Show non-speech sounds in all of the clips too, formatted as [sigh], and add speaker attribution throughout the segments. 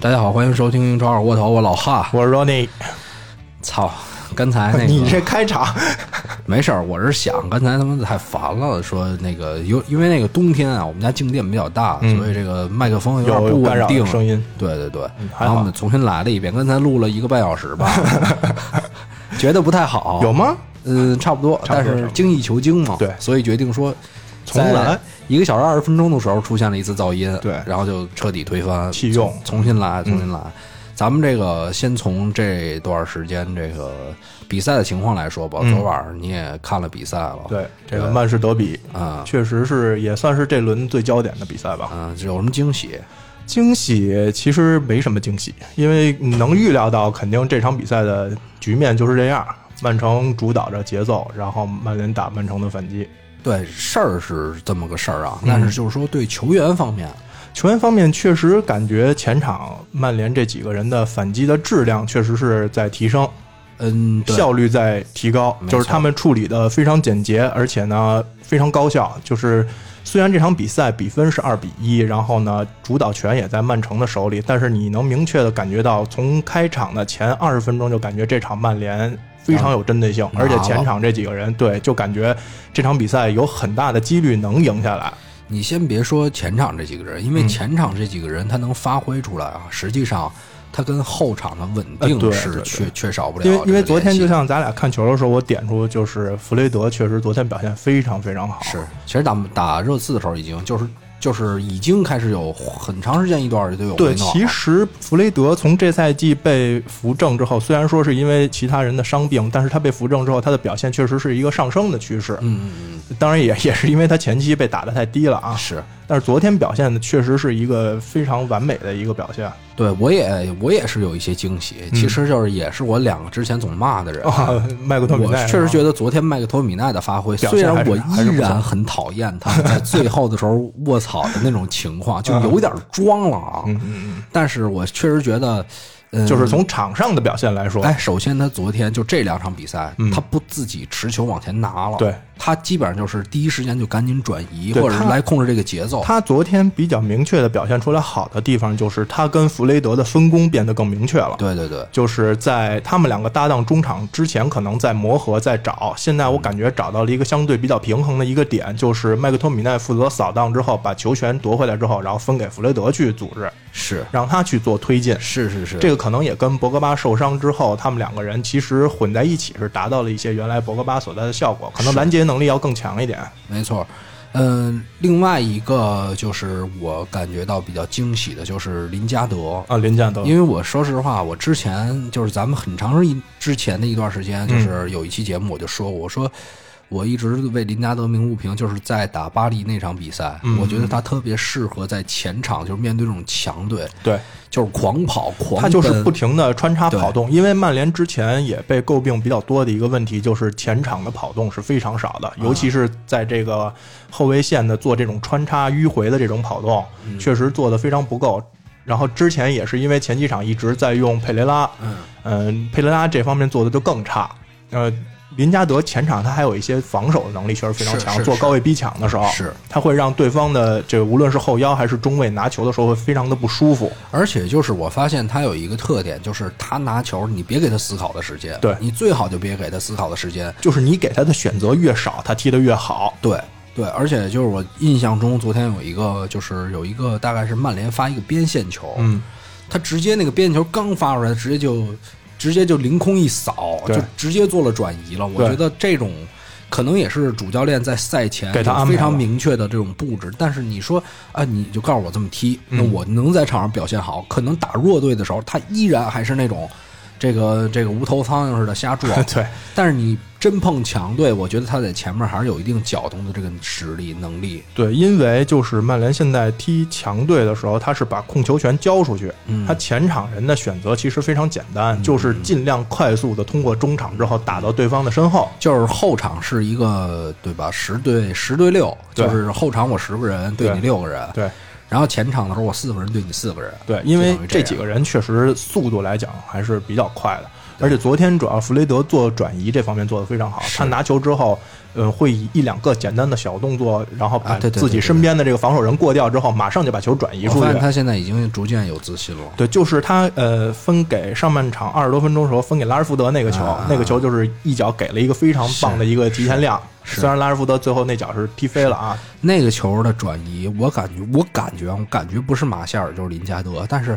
Speaker 1: 大家好，欢迎收听《找耳窝头》，我老哈，
Speaker 2: 我是 Ronnie，
Speaker 1: 操，刚才那个
Speaker 2: [laughs] 你这开场，
Speaker 1: 没事儿，我是想刚才他妈太烦了，说那个有因为那个冬天啊，我们家静电比较大，
Speaker 2: 嗯
Speaker 1: 所以这个麦克风有点
Speaker 2: 有
Speaker 1: 不
Speaker 2: 干
Speaker 1: 稳
Speaker 2: 扰
Speaker 1: 定
Speaker 2: 的，声音，嗯
Speaker 1: 对对对，
Speaker 2: 还
Speaker 1: 然后我们重新来了一遍，刚才录了一个半小时吧， [laughs] 觉得不太好，
Speaker 2: 有？吗？
Speaker 1: 嗯，差不多，
Speaker 2: 差
Speaker 1: 但
Speaker 2: 不多差
Speaker 1: 是
Speaker 2: 不多
Speaker 1: 精益求精嘛，
Speaker 2: 对
Speaker 1: 所以决定说
Speaker 2: 重来，
Speaker 1: 一个小时二十分钟的时候出现了一次噪音，
Speaker 2: 对
Speaker 1: 然后就彻底推翻，
Speaker 2: 弃用嗯
Speaker 1: 重新来，重新来。咱们这个先从这段时间这个比赛的情况来说吧。
Speaker 2: 嗯
Speaker 1: 昨晚儿你也看了比赛了，
Speaker 2: 对，这个曼市德比
Speaker 1: 啊，
Speaker 2: 确实是也算是这轮最焦点的比赛吧。
Speaker 1: 嗯，有什么惊喜？
Speaker 2: 惊喜其实没什么惊喜，因为能预料到，肯定这场比赛的局面就是这样。曼城主导着节奏，然后曼联打曼城的反击。
Speaker 1: 对，事儿是这么个事儿啊，
Speaker 2: 嗯
Speaker 1: 但是就是说对球员方面，
Speaker 2: 球员方面确实感觉前场曼联这几个人的反击的质量确实是在提升，
Speaker 1: 嗯，对，
Speaker 2: 效率在提高
Speaker 1: 没，错
Speaker 2: 就是他们处理的非常简洁，而且呢非常高效。就是虽然这场比赛比分是二比一，然后呢主导权也在曼城的手里，但是你能明确的感觉到，从开场的前二十分钟就感觉这场曼联。非常有针对性，
Speaker 1: 拿了
Speaker 2: 而且前场这几个人，对，就感觉这场比赛有很大的几率能赢下来。
Speaker 1: 你先别说前场这几个人，因为
Speaker 2: 嗯
Speaker 1: 前场这几个人他能发挥出来啊，实际上他跟后场的稳
Speaker 2: 呃对
Speaker 1: 定
Speaker 2: 对
Speaker 1: 是
Speaker 2: 对
Speaker 1: 缺缺少不了
Speaker 2: 因
Speaker 1: 这个
Speaker 2: 为
Speaker 1: 联系。
Speaker 2: 因为昨天就像咱俩看球的时候，我点出就是弗雷德确实昨天表现非常非常好，
Speaker 1: 是，其实打打热刺的时候已经就是就是已经开始有很长时间一段儿都有
Speaker 2: 对，
Speaker 1: 回暖了
Speaker 2: 其实弗雷德从这赛季被扶正之后，虽然说是因为其他人的伤病，但是他被扶正之后，他的表现确实是一个上升的趋势。
Speaker 1: 嗯嗯
Speaker 2: 当然也也是因为他前期被打得太低了啊
Speaker 1: 嗯，，是
Speaker 2: 但是昨天表现的确实是一个非常完美的一个表 [laughs] 现。
Speaker 1: 对我也我也是有一些惊喜，
Speaker 2: 嗯
Speaker 1: 其实就是也是我两个之前总骂的人。
Speaker 2: 啊，麦克托米
Speaker 1: 我
Speaker 2: 奈
Speaker 1: 确实觉
Speaker 2: 得
Speaker 1: 得昨天麦克托米奈的发挥，
Speaker 2: 表
Speaker 1: 虽
Speaker 2: 现
Speaker 1: 然
Speaker 2: 还是
Speaker 1: 我
Speaker 2: 还是
Speaker 1: 依
Speaker 2: 不错
Speaker 1: 然很讨厌他在最后的时候卧槽的那种情况，
Speaker 2: 嗯
Speaker 1: 就有点装了啊。但是我确实觉得，嗯，
Speaker 2: 就是从场上的表现来说，
Speaker 1: 哎，首先他昨天就这两场比赛，
Speaker 2: 嗯
Speaker 1: 他不自己持球往前拿了，
Speaker 2: 对，
Speaker 1: 他基本上就是第一时间就赶紧转移，
Speaker 2: 对
Speaker 1: 或者是
Speaker 2: 他
Speaker 1: 来控制这个节奏。
Speaker 2: 他昨天比较明确的表现出来好的地方，就是他跟弗雷德的分工变得更明确了。
Speaker 1: 对对对，
Speaker 2: 就是在他们两个搭档中场之前，可能在磨合，在找。现在我感觉找到了一个相对比较平衡的一个点，就是麦克托米奈负责扫荡之后，把球权夺回来之后，然后分给弗雷德去组织，
Speaker 1: 是
Speaker 2: 让他去做推进。
Speaker 1: 是是是，
Speaker 2: 这个可能也跟博格巴受伤之后，他们两个人其实混在一起是达到了一些原来博格巴所在的效果，可能拦截能力要更强一点。
Speaker 1: 没错。嗯、另外一个就是我感觉到比较惊喜的就是林加德，
Speaker 2: 啊，林加德，
Speaker 1: 因为我说实话，我之前就是咱们很长一之前的一段时间，
Speaker 2: 嗯
Speaker 1: 就是有一期节目我就说过，我说我一直为林加德鸣不平，就是在打巴黎那场比赛，
Speaker 2: 嗯
Speaker 1: 我觉得他特别适合在前场，就是面对这种强队，
Speaker 2: 对，
Speaker 1: 就是狂跑狂奔，
Speaker 2: 他就是不停的穿插跑动，因为曼联之前也被诟病比较多的一个问题就是前场的跑动是非常少的，尤
Speaker 1: 啊
Speaker 2: 其是在这个后卫线的做这种穿插迂回的这种跑动，
Speaker 1: 嗯
Speaker 2: 确实做的非常不够。然后之前也是因为前几场一直在用佩雷拉，
Speaker 1: 嗯
Speaker 2: 嗯，佩雷拉这方面做的就更差。呃，林加德前场他还有一些防守的能力确实非常
Speaker 1: 是
Speaker 2: 强，
Speaker 1: 是
Speaker 2: 做
Speaker 1: 是
Speaker 2: 高位逼抢的时候，
Speaker 1: 是
Speaker 2: 他会让对方的这个无论是后腰还是中卫拿球的时候会非常的不舒服。
Speaker 1: 而且就是我发现他有一个特点，就是他拿球，你别给他思考的时间，
Speaker 2: 对
Speaker 1: 你最好就别给他思考的时间，
Speaker 2: 就是你给他的选择越少，他踢得越好。
Speaker 1: 对对，而且就是我印象中昨天有一个就是有一个大概是曼联发一个边线球，
Speaker 2: 嗯，
Speaker 1: 他直接那个边线球刚发出来，直接就直接就凌空一扫，
Speaker 2: 对
Speaker 1: 就直接做了转移了。我
Speaker 2: 对
Speaker 1: 觉得这种。可能也是主教练在赛前
Speaker 2: 给他
Speaker 1: 有
Speaker 2: 安排
Speaker 1: 非常
Speaker 2: 了
Speaker 1: 明确的这种布置，但是你说啊，你就告诉我这么踢，那
Speaker 2: 嗯
Speaker 1: 我能在场上表现好，可能打弱队的时候，他依然还是那种这个这个无头苍蝇似的瞎撞，
Speaker 2: [laughs] 对，
Speaker 1: 但是你真碰强队，我觉得他在前面还是有一定搅动的这个实力能力。
Speaker 2: 对，因为就是曼联现在踢强队的时候，他是把控球权交出去，
Speaker 1: 嗯
Speaker 2: 他前场人的选择其实非常简单，就是尽量快速的通过中场之后打到对方的身后。
Speaker 1: 就是后场是一个对吧？十对十对六，
Speaker 2: 对
Speaker 1: 就是后场我十个人对
Speaker 2: 对
Speaker 1: 你六个人，
Speaker 2: 对，
Speaker 1: 然后前场的时候我四个人对你四个人，
Speaker 2: 对，因为
Speaker 1: 这
Speaker 2: 这几个人确实速度来讲还是比较快的，而且昨天主要弗雷德做转移这方面做得非常好，他拿球之后，呃，会以一两个简单的小动作，然后把
Speaker 1: 啊对对对哦
Speaker 2: 自己身边的这个防守人过掉之后，马上就把球转移
Speaker 1: 我
Speaker 2: 出
Speaker 1: 发
Speaker 2: 去
Speaker 1: 现。他现在已经逐渐有自信了。
Speaker 2: 对，就是他呃分给上半场二十多分钟的时候分给拉什福德那个球，
Speaker 1: 啊
Speaker 2: 那个球就是一脚给了一个非常棒的一个提前量。虽然拉什福德最后那脚是踢飞了啊，
Speaker 1: 那个球的转移，我感觉，我感觉，我感觉不是马夏尔就是林加德，但是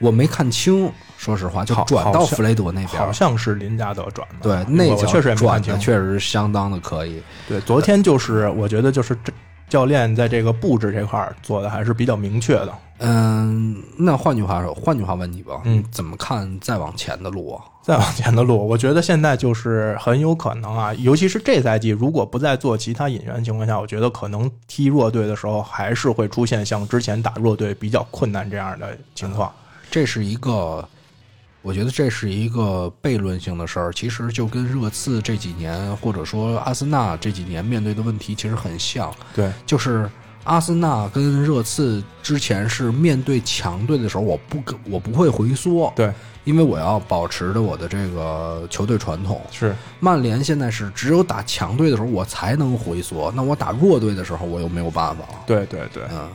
Speaker 1: 我没看清，说实话，就
Speaker 2: 好
Speaker 1: 转
Speaker 2: 好
Speaker 1: 到
Speaker 2: 像
Speaker 1: 弗雷德那边
Speaker 2: 好
Speaker 1: 儿。
Speaker 2: 像是林加德转的
Speaker 1: 对
Speaker 2: 啊，，
Speaker 1: 那
Speaker 2: 我我
Speaker 1: 脚
Speaker 2: 确实也没
Speaker 1: 转
Speaker 2: 看
Speaker 1: 的
Speaker 2: 清。
Speaker 1: 确实是相当的可以。
Speaker 2: 对，昨天就是我觉得就是这教练在这个布置这块儿做的还是比较明确的。
Speaker 1: 嗯，那换句话说，换句话问你吧，
Speaker 2: 嗯，
Speaker 1: 怎么看再往前的路啊？
Speaker 2: 再往前的路，我觉得现在就是很有可能啊，尤其是这赛季，如果不再做其他引援情况下，我觉得可能踢弱队的时候，还是会出现像之前打弱队比较困难这样的情况。
Speaker 1: 这是一个，我觉得这是一个悖论性的事儿。其实就跟热刺这几年，或者说阿森纳这几年面对的问题其实很像，
Speaker 2: 对，
Speaker 1: 就是阿森纳跟热刺之前是面对强队的时候，我不跟我不会回缩，
Speaker 2: 对，
Speaker 1: 因为我要保持着我的这个球队传统。
Speaker 2: 是
Speaker 1: 曼联现在是只有打强队的时候我才能回缩，那我打弱队的时候我又没有办法了。
Speaker 2: 对对对。
Speaker 1: 嗯，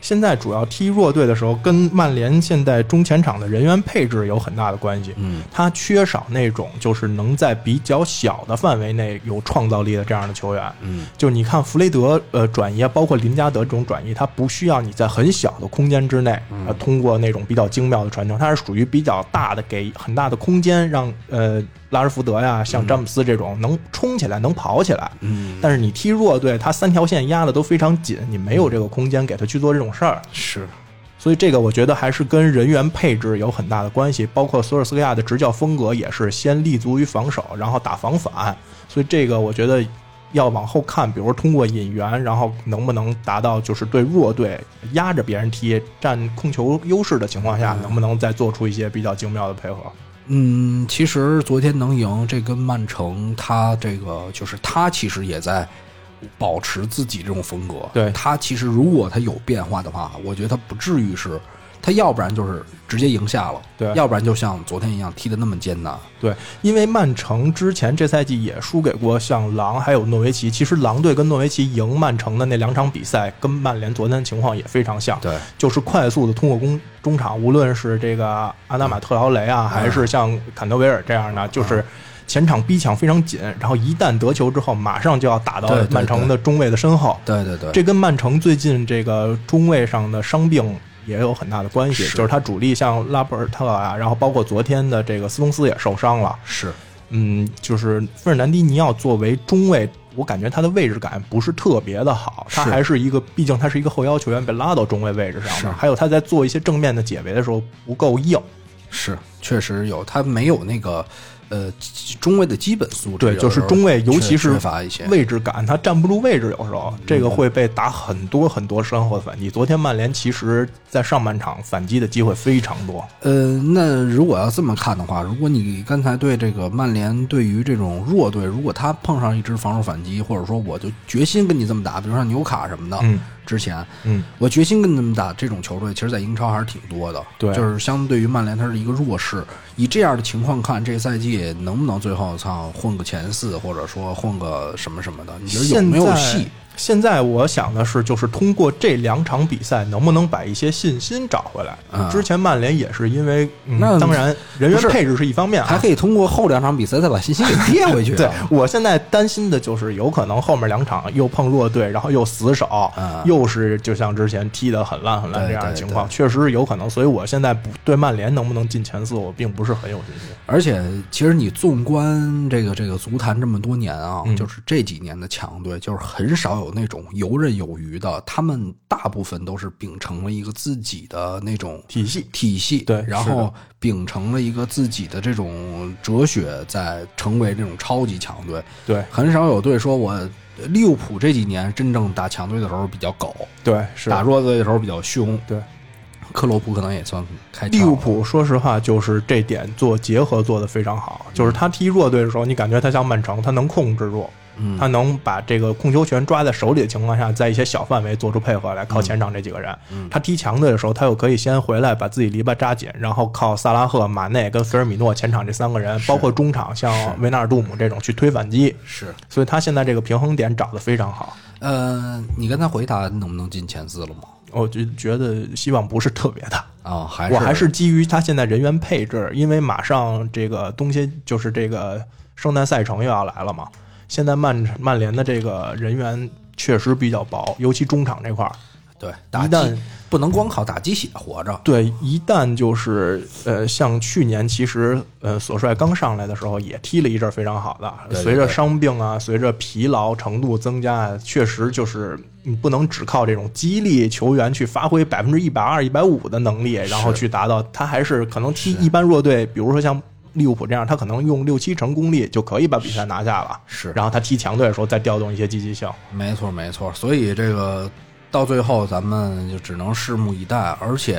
Speaker 2: 现在主要踢弱队的时候，跟曼联现在中前场的人员配置有很大的关系。
Speaker 1: 嗯，
Speaker 2: 他缺少那种就是能在比较小的范围内有创造力的这样的球员。
Speaker 1: 嗯，
Speaker 2: 就你看弗雷德呃转移啊，包括林加德这种转移，他不需要你在很小的空间之内，呃，通过那种比较精妙的传球，他是属于比较大的，给很大的空间让呃拉什福德呀，像詹姆斯这种能冲起来，能跑起来。
Speaker 1: 嗯，
Speaker 2: 但是你踢弱队，他三条线压的都非常紧，你没有这个空间给他去做这种事儿。
Speaker 1: 是，
Speaker 2: 所以这个我觉得还是跟人员配置有很大的关系，包括索尔斯克亚的执教风格也是先立足于防守，然后打防反。所以这个我觉得要往后看，比如通过引援，然后能不能达到就是对弱队压着别人踢、占控球优势的情况下，能不能再做出一些比较精妙的配合？
Speaker 1: 嗯，其实昨天能赢，这跟曼城他这个就是他其实也在保持自己这种风格。
Speaker 2: 对
Speaker 1: 他其实如果他有变化的话，我觉得他不至于是，他要不然就是直接赢下了，
Speaker 2: 对
Speaker 1: 要不然就像昨天一样踢得那么艰难。
Speaker 2: 对，因为曼城之前这赛季也输给过像狼还有诺维奇，其实狼队跟诺维奇赢曼城的那两场比赛，跟曼联昨天的情况也非常像。
Speaker 1: 对，
Speaker 2: 就是快速的通过攻中场，无论是这个阿纳马特劳雷
Speaker 1: 嗯
Speaker 2: 啊，还是像坎德维尔这样的，就是前场逼抢非常紧，然后一旦得球之后，马上就要打到
Speaker 1: 对对
Speaker 2: 曼城的中卫的身后。
Speaker 1: 对对对，
Speaker 2: 这跟曼城最近这个中卫上的伤病也有很大的关系，
Speaker 1: 是
Speaker 2: 就是他主力像拉波尔特啊，然后包括昨天的这个斯通斯也受伤了。
Speaker 1: 是
Speaker 2: 嗯，就是费尔南迪尼奥作为中卫，我感觉他的位置感不是特别的好，他
Speaker 1: 是
Speaker 2: 还是一个，毕竟他是一个后腰球员，被拉到中卫位置上
Speaker 1: 是
Speaker 2: 的。还有他在做一些正面的解围的时候不够硬，
Speaker 1: 是，确实有，他没有那个呃中卫的基本素质，
Speaker 2: 对，
Speaker 1: 有
Speaker 2: 就是
Speaker 1: 时候
Speaker 2: 中卫，尤
Speaker 1: 缺
Speaker 2: 其是
Speaker 1: 缺乏一些。
Speaker 2: 位置感，他站不住位置，有时
Speaker 1: 嗯
Speaker 2: 候这个会被打很多很多身后的反击。昨天曼联其实在上半场反击的机会非常多，
Speaker 1: 呃，那如果要这么看的话，如果你刚才对这个曼联对于这种弱队，如果他碰上一支防守反击，或者说我就决心跟你这么打，比如像纽卡什么的，
Speaker 2: 嗯
Speaker 1: 之前
Speaker 2: 嗯，
Speaker 1: 我决心跟你这么打，这种球队其实，在英超还是挺多的，
Speaker 2: 对
Speaker 1: 就是相对于曼联，它是一个弱势。以这样的情况看，这赛季能不能最后操混个前四，或者说混个什么什么的，你觉得有
Speaker 2: 现
Speaker 1: 没有
Speaker 2: 在
Speaker 1: 戏？
Speaker 2: 现在我想的是，就是通过这两场比赛，能不能把一些信心找回来
Speaker 1: 嗯？
Speaker 2: 之前曼联也是因为，嗯
Speaker 1: 那
Speaker 2: 当然人员
Speaker 1: 不是
Speaker 2: 配置是一方面
Speaker 1: 还
Speaker 2: 啊。
Speaker 1: 可以通过后两场比赛再把信心给 [laughs] 跌回去、啊。
Speaker 2: 对，我现在担心的就是，有可能后面两场又碰弱队，然后又死守，
Speaker 1: 嗯
Speaker 2: 又是就像之前踢得很烂很烂
Speaker 1: 对
Speaker 2: 这样的
Speaker 1: 对
Speaker 2: 情况，确实是有可能。所以我现在不对曼联能不能进前四，我并不是很有信心。
Speaker 1: 而且，其实你纵观这个这个足坛这么多年啊，
Speaker 2: 嗯
Speaker 1: 就是这几年的强队，就是很少有那种游刃有余的，他们大部分都是秉承了一个自己的那种
Speaker 2: 体系
Speaker 1: 体系，
Speaker 2: 对
Speaker 1: 然
Speaker 2: 是
Speaker 1: 后
Speaker 2: 的
Speaker 1: 秉承了一个自己的这种哲学，在成为这种超级强队。
Speaker 2: 对
Speaker 1: 很少有队说我呃利物浦这几年真正打强队的时候比较狗，
Speaker 2: 对是
Speaker 1: 打弱队的时候比较凶。
Speaker 2: 对。
Speaker 1: 克洛普可能也算开
Speaker 2: 利
Speaker 1: 窍
Speaker 2: 物
Speaker 1: 了
Speaker 2: 浦，说实话，就是这点做结合做得非常好。就是他踢弱队的时候，你感觉他像曼城，他能控制住，
Speaker 1: 嗯
Speaker 2: 他能把这个控球权抓在手里的情况下，在一些小范围做出配合来，靠前场这几个人。他踢强队的时候，他又可以先回来把自己篱笆扎紧，然后靠萨拉赫、马内跟菲尔米诺前场这三个人，包括中场像维纳尔杜姆这种去推反击。
Speaker 1: 是，
Speaker 2: 所以他现在这个平衡点找得非常好。
Speaker 1: 呃，你刚才回答能不能进前四了吗？
Speaker 2: 我就觉得希望不是特别大。
Speaker 1: 啊、还是
Speaker 2: 我还是基于他现在人员配置，因为马上这个东西就是这个圣诞赛程又要来了嘛。现在曼曼联的这个人员确实比较薄，尤其中场这块儿。
Speaker 1: 对打
Speaker 2: 一旦
Speaker 1: 鸡不能光靠打鸡血活着。
Speaker 2: 对，一旦就是呃，像去年其实呃，索帅刚上来的时候也踢了一阵儿非常好的，
Speaker 1: 对对
Speaker 2: 随着
Speaker 1: 对
Speaker 2: 伤病啊，随着疲劳程度增加啊，确实就是你不能只靠这种激励球员去发挥百分之一百二、一百五的能力，然后去达到，他还是可能踢一般弱队，比如说像。利物浦这样，他可能用六七成功力就可以把比赛拿下了。
Speaker 1: 是
Speaker 2: 然后他踢强队的时候再调动一些积极性。
Speaker 1: 没错，没错。所以这个到最后，咱们就只能拭目以待。而且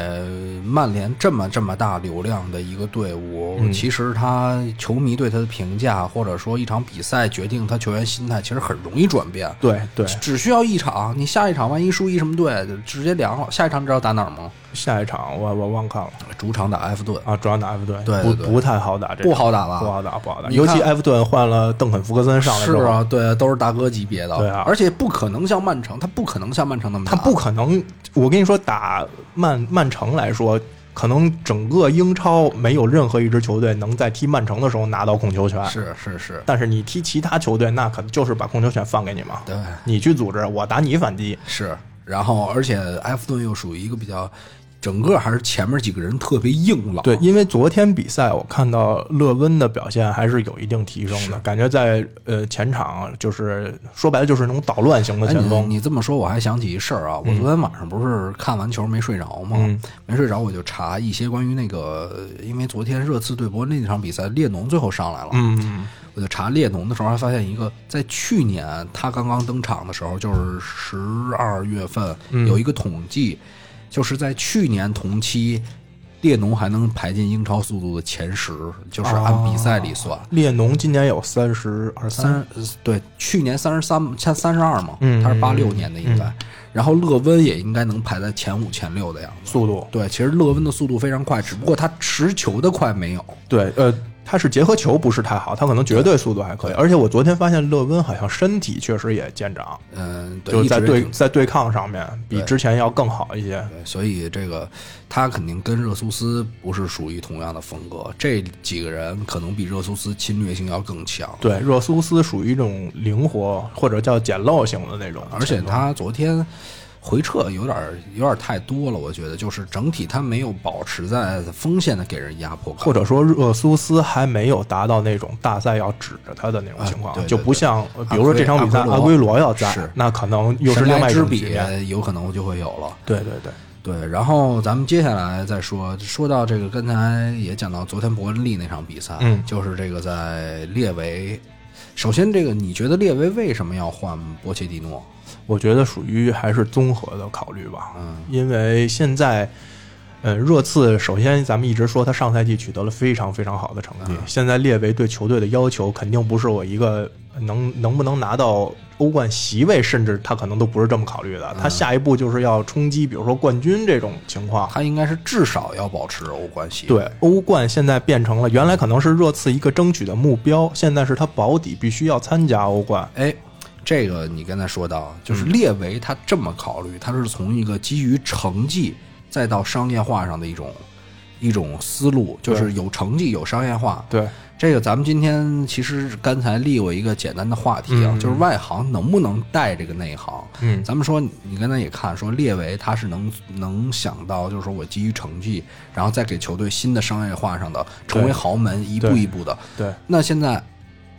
Speaker 1: 曼联这么这么大流量的一个队伍，
Speaker 2: 嗯
Speaker 1: 其实他球迷对他的评价，或者说一场比赛决定他球员心态，其实很容易转变。
Speaker 2: 对对，
Speaker 1: 只需要一场，你下一场万一输一什么队，就直接凉了。下一场知道打哪儿吗？
Speaker 2: 下一场我我忘看了。
Speaker 1: 主场打埃弗顿，
Speaker 2: 啊，主要打埃弗顿，
Speaker 1: 对对对
Speaker 2: 不不太好打，这
Speaker 1: 不好打吧
Speaker 2: 不好打，不好打。
Speaker 1: 你
Speaker 2: 尤
Speaker 1: 看
Speaker 2: 其埃弗顿换了邓肯·福格森上来之
Speaker 1: 是
Speaker 2: 后，
Speaker 1: 啊，对，都是大哥级别的，
Speaker 2: 对啊
Speaker 1: 而且不可能像曼城，他不可能像曼城那么
Speaker 2: 他
Speaker 1: 打，
Speaker 2: 不可能。我跟你说，打曼曼城来说，可能整个英超没有任何一支球队能在踢曼城的时候拿到控球权。
Speaker 1: 是是是，
Speaker 2: 但是你踢其他球队，那可就是把控球权放给你嘛，
Speaker 1: 对，
Speaker 2: 你去组织，我打你反击。
Speaker 1: 是，然后而且埃弗顿又属于一个比较，整个还是前面几个人特别硬朗，
Speaker 2: 对，因为昨天比赛我看到勒温的表现还是有一定提升的，感觉在呃前场就是说白了就是那种捣乱型的
Speaker 1: 哎，
Speaker 2: 前
Speaker 1: 你
Speaker 2: 锋。
Speaker 1: 你这么说，我还想起一事儿啊。我昨天晚上不是看完球没睡着吗？
Speaker 2: 嗯
Speaker 1: 没睡着，我就查一些关于那个，因为昨天热刺对伯恩利那场比赛，列侬最后上来了。
Speaker 2: 嗯，
Speaker 1: 我就查列侬的时候，还发现一个，在去年他刚刚登场的时候，就是十二月份，
Speaker 2: 嗯
Speaker 1: 有一个统计，就是在去年同期，列侬还能排进英超速度的前十，就是按比赛里算。
Speaker 2: 列侬今年有三十二
Speaker 1: 三
Speaker 2: 三，
Speaker 1: 呃对，去年三十三，现三十二嘛，
Speaker 2: 嗯
Speaker 1: 他是八六年的应该，然后勒温也应该能排在前五前六的样子。
Speaker 2: 速度
Speaker 1: 对，其实勒温的速度非常快，只不过他持球的快没有。
Speaker 2: 对，呃，他是结合球不是太好，他可能绝对速度还可以。而且我昨天发现勒温好像身体确实也见长，
Speaker 1: 嗯，对，
Speaker 2: 就是在
Speaker 1: 一直也
Speaker 2: 对
Speaker 1: 挺
Speaker 2: 在对抗上面比
Speaker 1: 对
Speaker 2: 之前要更好一些。
Speaker 1: 对，所以这个他肯定跟热苏斯不是属于同样的风格，这几个人可能比热苏斯侵略性要更强。
Speaker 2: 对，热苏斯属于一种灵活或者叫简陋型的那种，
Speaker 1: 而且他昨天回撤有点儿有点儿太多了，我觉得就是整体他没有保持在锋线的给人压迫感
Speaker 2: 或。者说热苏斯还没有达到那种大赛要指着他的那种情况，
Speaker 1: 啊对对
Speaker 2: 就不像呃比如
Speaker 1: 阿
Speaker 2: 说
Speaker 1: 圭
Speaker 2: 这场比赛
Speaker 1: 阿圭罗
Speaker 2: 阿圭罗要在
Speaker 1: 是，
Speaker 2: 那可能又是
Speaker 1: 神
Speaker 2: 另
Speaker 1: 来
Speaker 2: 外一
Speaker 1: 之
Speaker 2: 种局
Speaker 1: 笔
Speaker 2: 面。
Speaker 1: 有可能就会有了。
Speaker 2: 对对对，
Speaker 1: 对，然后咱们接下来再说，说到这个，刚才也讲到昨天伯恩利那场比赛，
Speaker 2: 嗯
Speaker 1: 就是这个在列维。首先，这个你觉得列维为什么要换波切蒂诺？
Speaker 2: 我觉得属于还是综合的考虑吧，
Speaker 1: 嗯，
Speaker 2: 因为现在，呃，热刺首先咱们一直说他上赛季取得了非常非常好的成绩，现在列维对球队的要求肯定不是我一个能能不能拿到欧冠席位，甚至他可能都不是这么考虑的，他下一步就是要冲击，比如说冠军这种情况，
Speaker 1: 他应该是至少要保持欧冠席。，
Speaker 2: 对，欧冠现在变成了原来可能是热刺一个争取的目标，现在是他保底必须要参加欧冠。
Speaker 1: 哎，这个你刚才说到，就是
Speaker 2: 嗯
Speaker 1: 列维他这么考虑，他是从一个基于成绩再到商业化上的一种一种思路，就是有成绩有商业化。
Speaker 2: 对，
Speaker 1: 这个咱们今天其实刚才立过一个简单的话题啊，
Speaker 2: 嗯
Speaker 1: 就是外行能不能带这个内行？
Speaker 2: 嗯
Speaker 1: 咱们说你刚才也看说列维他是能能想到，就是说我基于成绩，然后再给球队新的商业化上的，成为豪门一步
Speaker 2: 对
Speaker 1: 一步的。
Speaker 2: 对，
Speaker 1: 那现在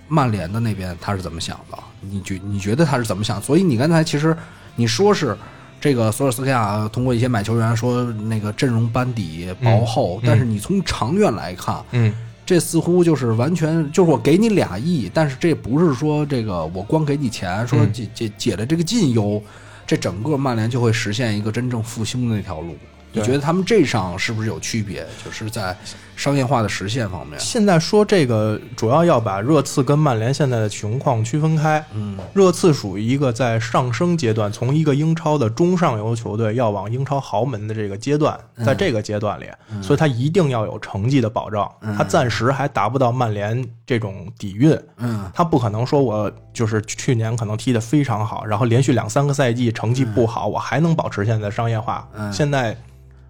Speaker 1: 曼联的那边他是怎么想的？你觉你觉得他是怎么想？所以你刚才其实你说是。这个索尔斯克亚啊通过一些买球员说那个阵容班底薄厚，但是你从长远来看，
Speaker 2: 嗯，
Speaker 1: 这似乎就是完全就是我给你俩亿，但是这不是说这个我光给你钱，说解解解了这个禁忧，这整个曼联就会实现一个真正复兴的那条路。你觉得他们这上是不是有区别？就是在商业化的实现方面，
Speaker 2: 现在说这个主要要把热刺跟曼联现在的情况区分开。
Speaker 1: 嗯，
Speaker 2: 热刺属于一个在上升阶段，从一个英超的中上游球队要往英超豪门的这个阶段，
Speaker 1: 嗯
Speaker 2: 在这个阶段里，所以他一定要有成绩的保障。他暂时还达不到曼联这种底蕴，
Speaker 1: 嗯，
Speaker 2: 他不可能说我就是去年可能踢得非常好，然后连续两三个赛季成绩不好，我还能保持现在的商业化。
Speaker 1: 嗯
Speaker 2: 现在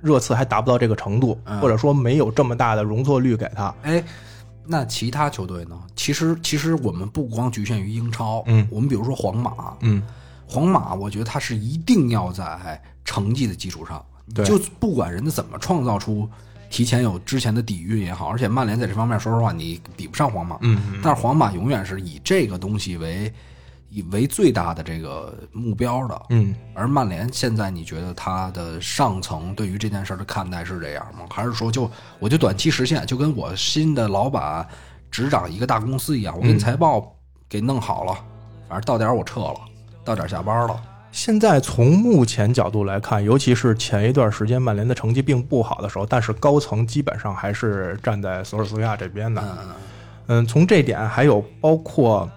Speaker 2: 热刺还达不到这个程度，或者说没有这么大的容错率给他。
Speaker 1: 哎，那其他球队呢？其实其实我们不光局限于英超，
Speaker 2: 嗯
Speaker 1: 我们比如说皇马，
Speaker 2: 嗯，
Speaker 1: 皇马，我觉得他是一定要在成绩的基础上，
Speaker 2: 对
Speaker 1: 就不管人家怎么创造出提前有之前的底蕴也好，而且曼联在这方面，说实话，你比不上皇马，
Speaker 2: 嗯，
Speaker 1: 但是皇马永远是以这个东西为以为最大的这个目标的，
Speaker 2: 嗯，
Speaker 1: 而曼联现在，你觉得他的上层对于这件事儿的看待是这样吗？还是说就我就短期实现，就跟我新的老板执掌一个大公司一样，我跟财报给弄好了，反正到点儿我撤了，到点儿下班了。
Speaker 2: 现在从目前角度来看，尤其是前一段时间曼联的成绩并不好的时候，但是高层基本上还是站在索尔斯克亚这边的。
Speaker 1: 嗯
Speaker 2: 嗯，从这点还有包括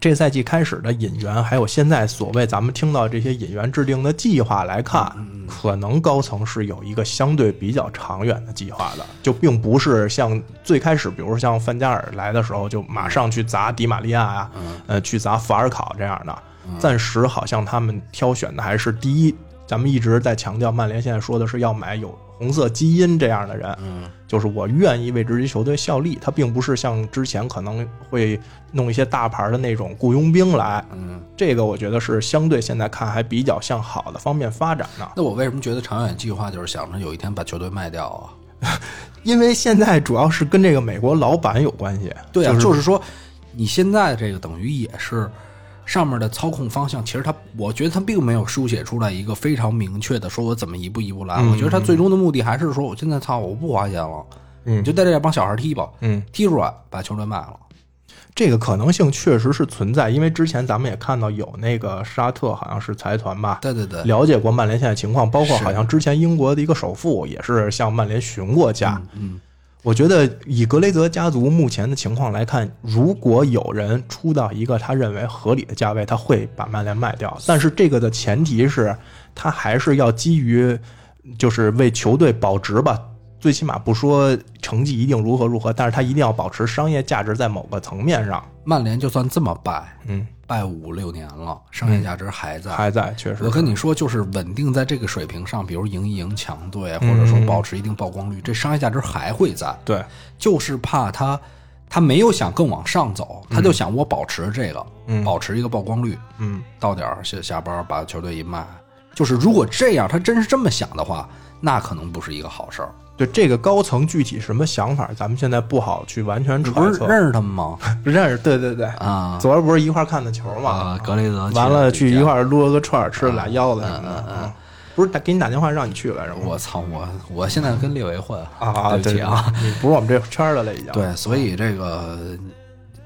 Speaker 2: 这赛季开始的引援，还有现在所谓咱们听到这些引援制定的计划来看，
Speaker 1: 嗯
Speaker 2: 可能高层是有一个相对比较长远的计划的，就并不是像最开始，比如像范加尔来的时候就马上去砸迪玛利亚啊，
Speaker 1: 嗯
Speaker 2: 呃，去砸法尔考这样的。暂时好像他们挑选的还是第一，咱们一直在强调曼联现在说的是要买有红色基因这样的人，
Speaker 1: 嗯
Speaker 2: 就是我愿意为职业球队效力，他并不是像之前可能会弄一些大牌的那种雇佣兵来，
Speaker 1: 嗯，
Speaker 2: 这个我觉得是相对现在看还比较向好的方面发展呢。
Speaker 1: 那我为什么觉得长远计划就是想着有一天把球队卖掉啊？
Speaker 2: 因为现在主要是跟这个美国老板有关系，
Speaker 1: 对啊，
Speaker 2: 就是
Speaker 1: 就是说，你现在这个等于也是上面的操控方向，其实它，我觉得它并没有书写出来一个非常明确的，说我怎么一步一步来。我觉得它最终的目的还是说，我现在操，我不花钱了，
Speaker 2: 嗯
Speaker 1: 你就带这帮小孩踢吧，
Speaker 2: 嗯，
Speaker 1: 踢出来把球队卖了。
Speaker 2: 这个可能性确实是存在，因为之前咱们也看到有那个沙特好像是财团吧，
Speaker 1: 对对对，
Speaker 2: 了解过曼联现在情况，包括
Speaker 1: 是
Speaker 2: 好像之前英国的一个首富也是向曼联询过价。
Speaker 1: 嗯，
Speaker 2: 我觉得以格雷泽家族目前的情况来看，如果有人出到一个他认为合理的价位，他会把曼联卖掉。但是这个的前提是，他还是要基于就是为球队保值吧。最起码不说成绩一定如何如何，但是他一定要保持商业价值在某个层面上。
Speaker 1: 曼联就算这么败，
Speaker 2: 嗯，
Speaker 1: 败五六年了，商业价值还在。
Speaker 2: 还在确实
Speaker 1: 我跟你说，就是稳定在这个水平上，比如赢一赢强队，
Speaker 2: 嗯
Speaker 1: 或者说保持一定曝光率，这商业价值还会在。
Speaker 2: 对，
Speaker 1: 就是怕他他没有想更往上走，他就想我保持这个，保持一个曝光率，
Speaker 2: 嗯，
Speaker 1: 到点儿下下班把球队一卖，就是如果这样，他真是这么想的话，那可能不是一个好事儿。
Speaker 2: 对这个高层具体什么想法，咱们现在不好去完全
Speaker 1: 你不
Speaker 2: 揣
Speaker 1: 是
Speaker 2: 测。
Speaker 1: 认识他们吗？
Speaker 2: 认识，对对对，
Speaker 1: [laughs] 啊
Speaker 2: 昨儿不是一块儿看的球嘛
Speaker 1: 啊，，格雷泽
Speaker 2: 完了去一
Speaker 1: 儿。
Speaker 2: 块儿撸了个串儿，吃了
Speaker 1: 啊
Speaker 2: 俩腰子什么的，嗯不是打给你打电话让你去来着吗？
Speaker 1: 我操！我我现在跟列维混
Speaker 2: 啊，
Speaker 1: 对不起啊。，
Speaker 2: 你不是我们这圈儿的了已经。
Speaker 1: 对，所以这个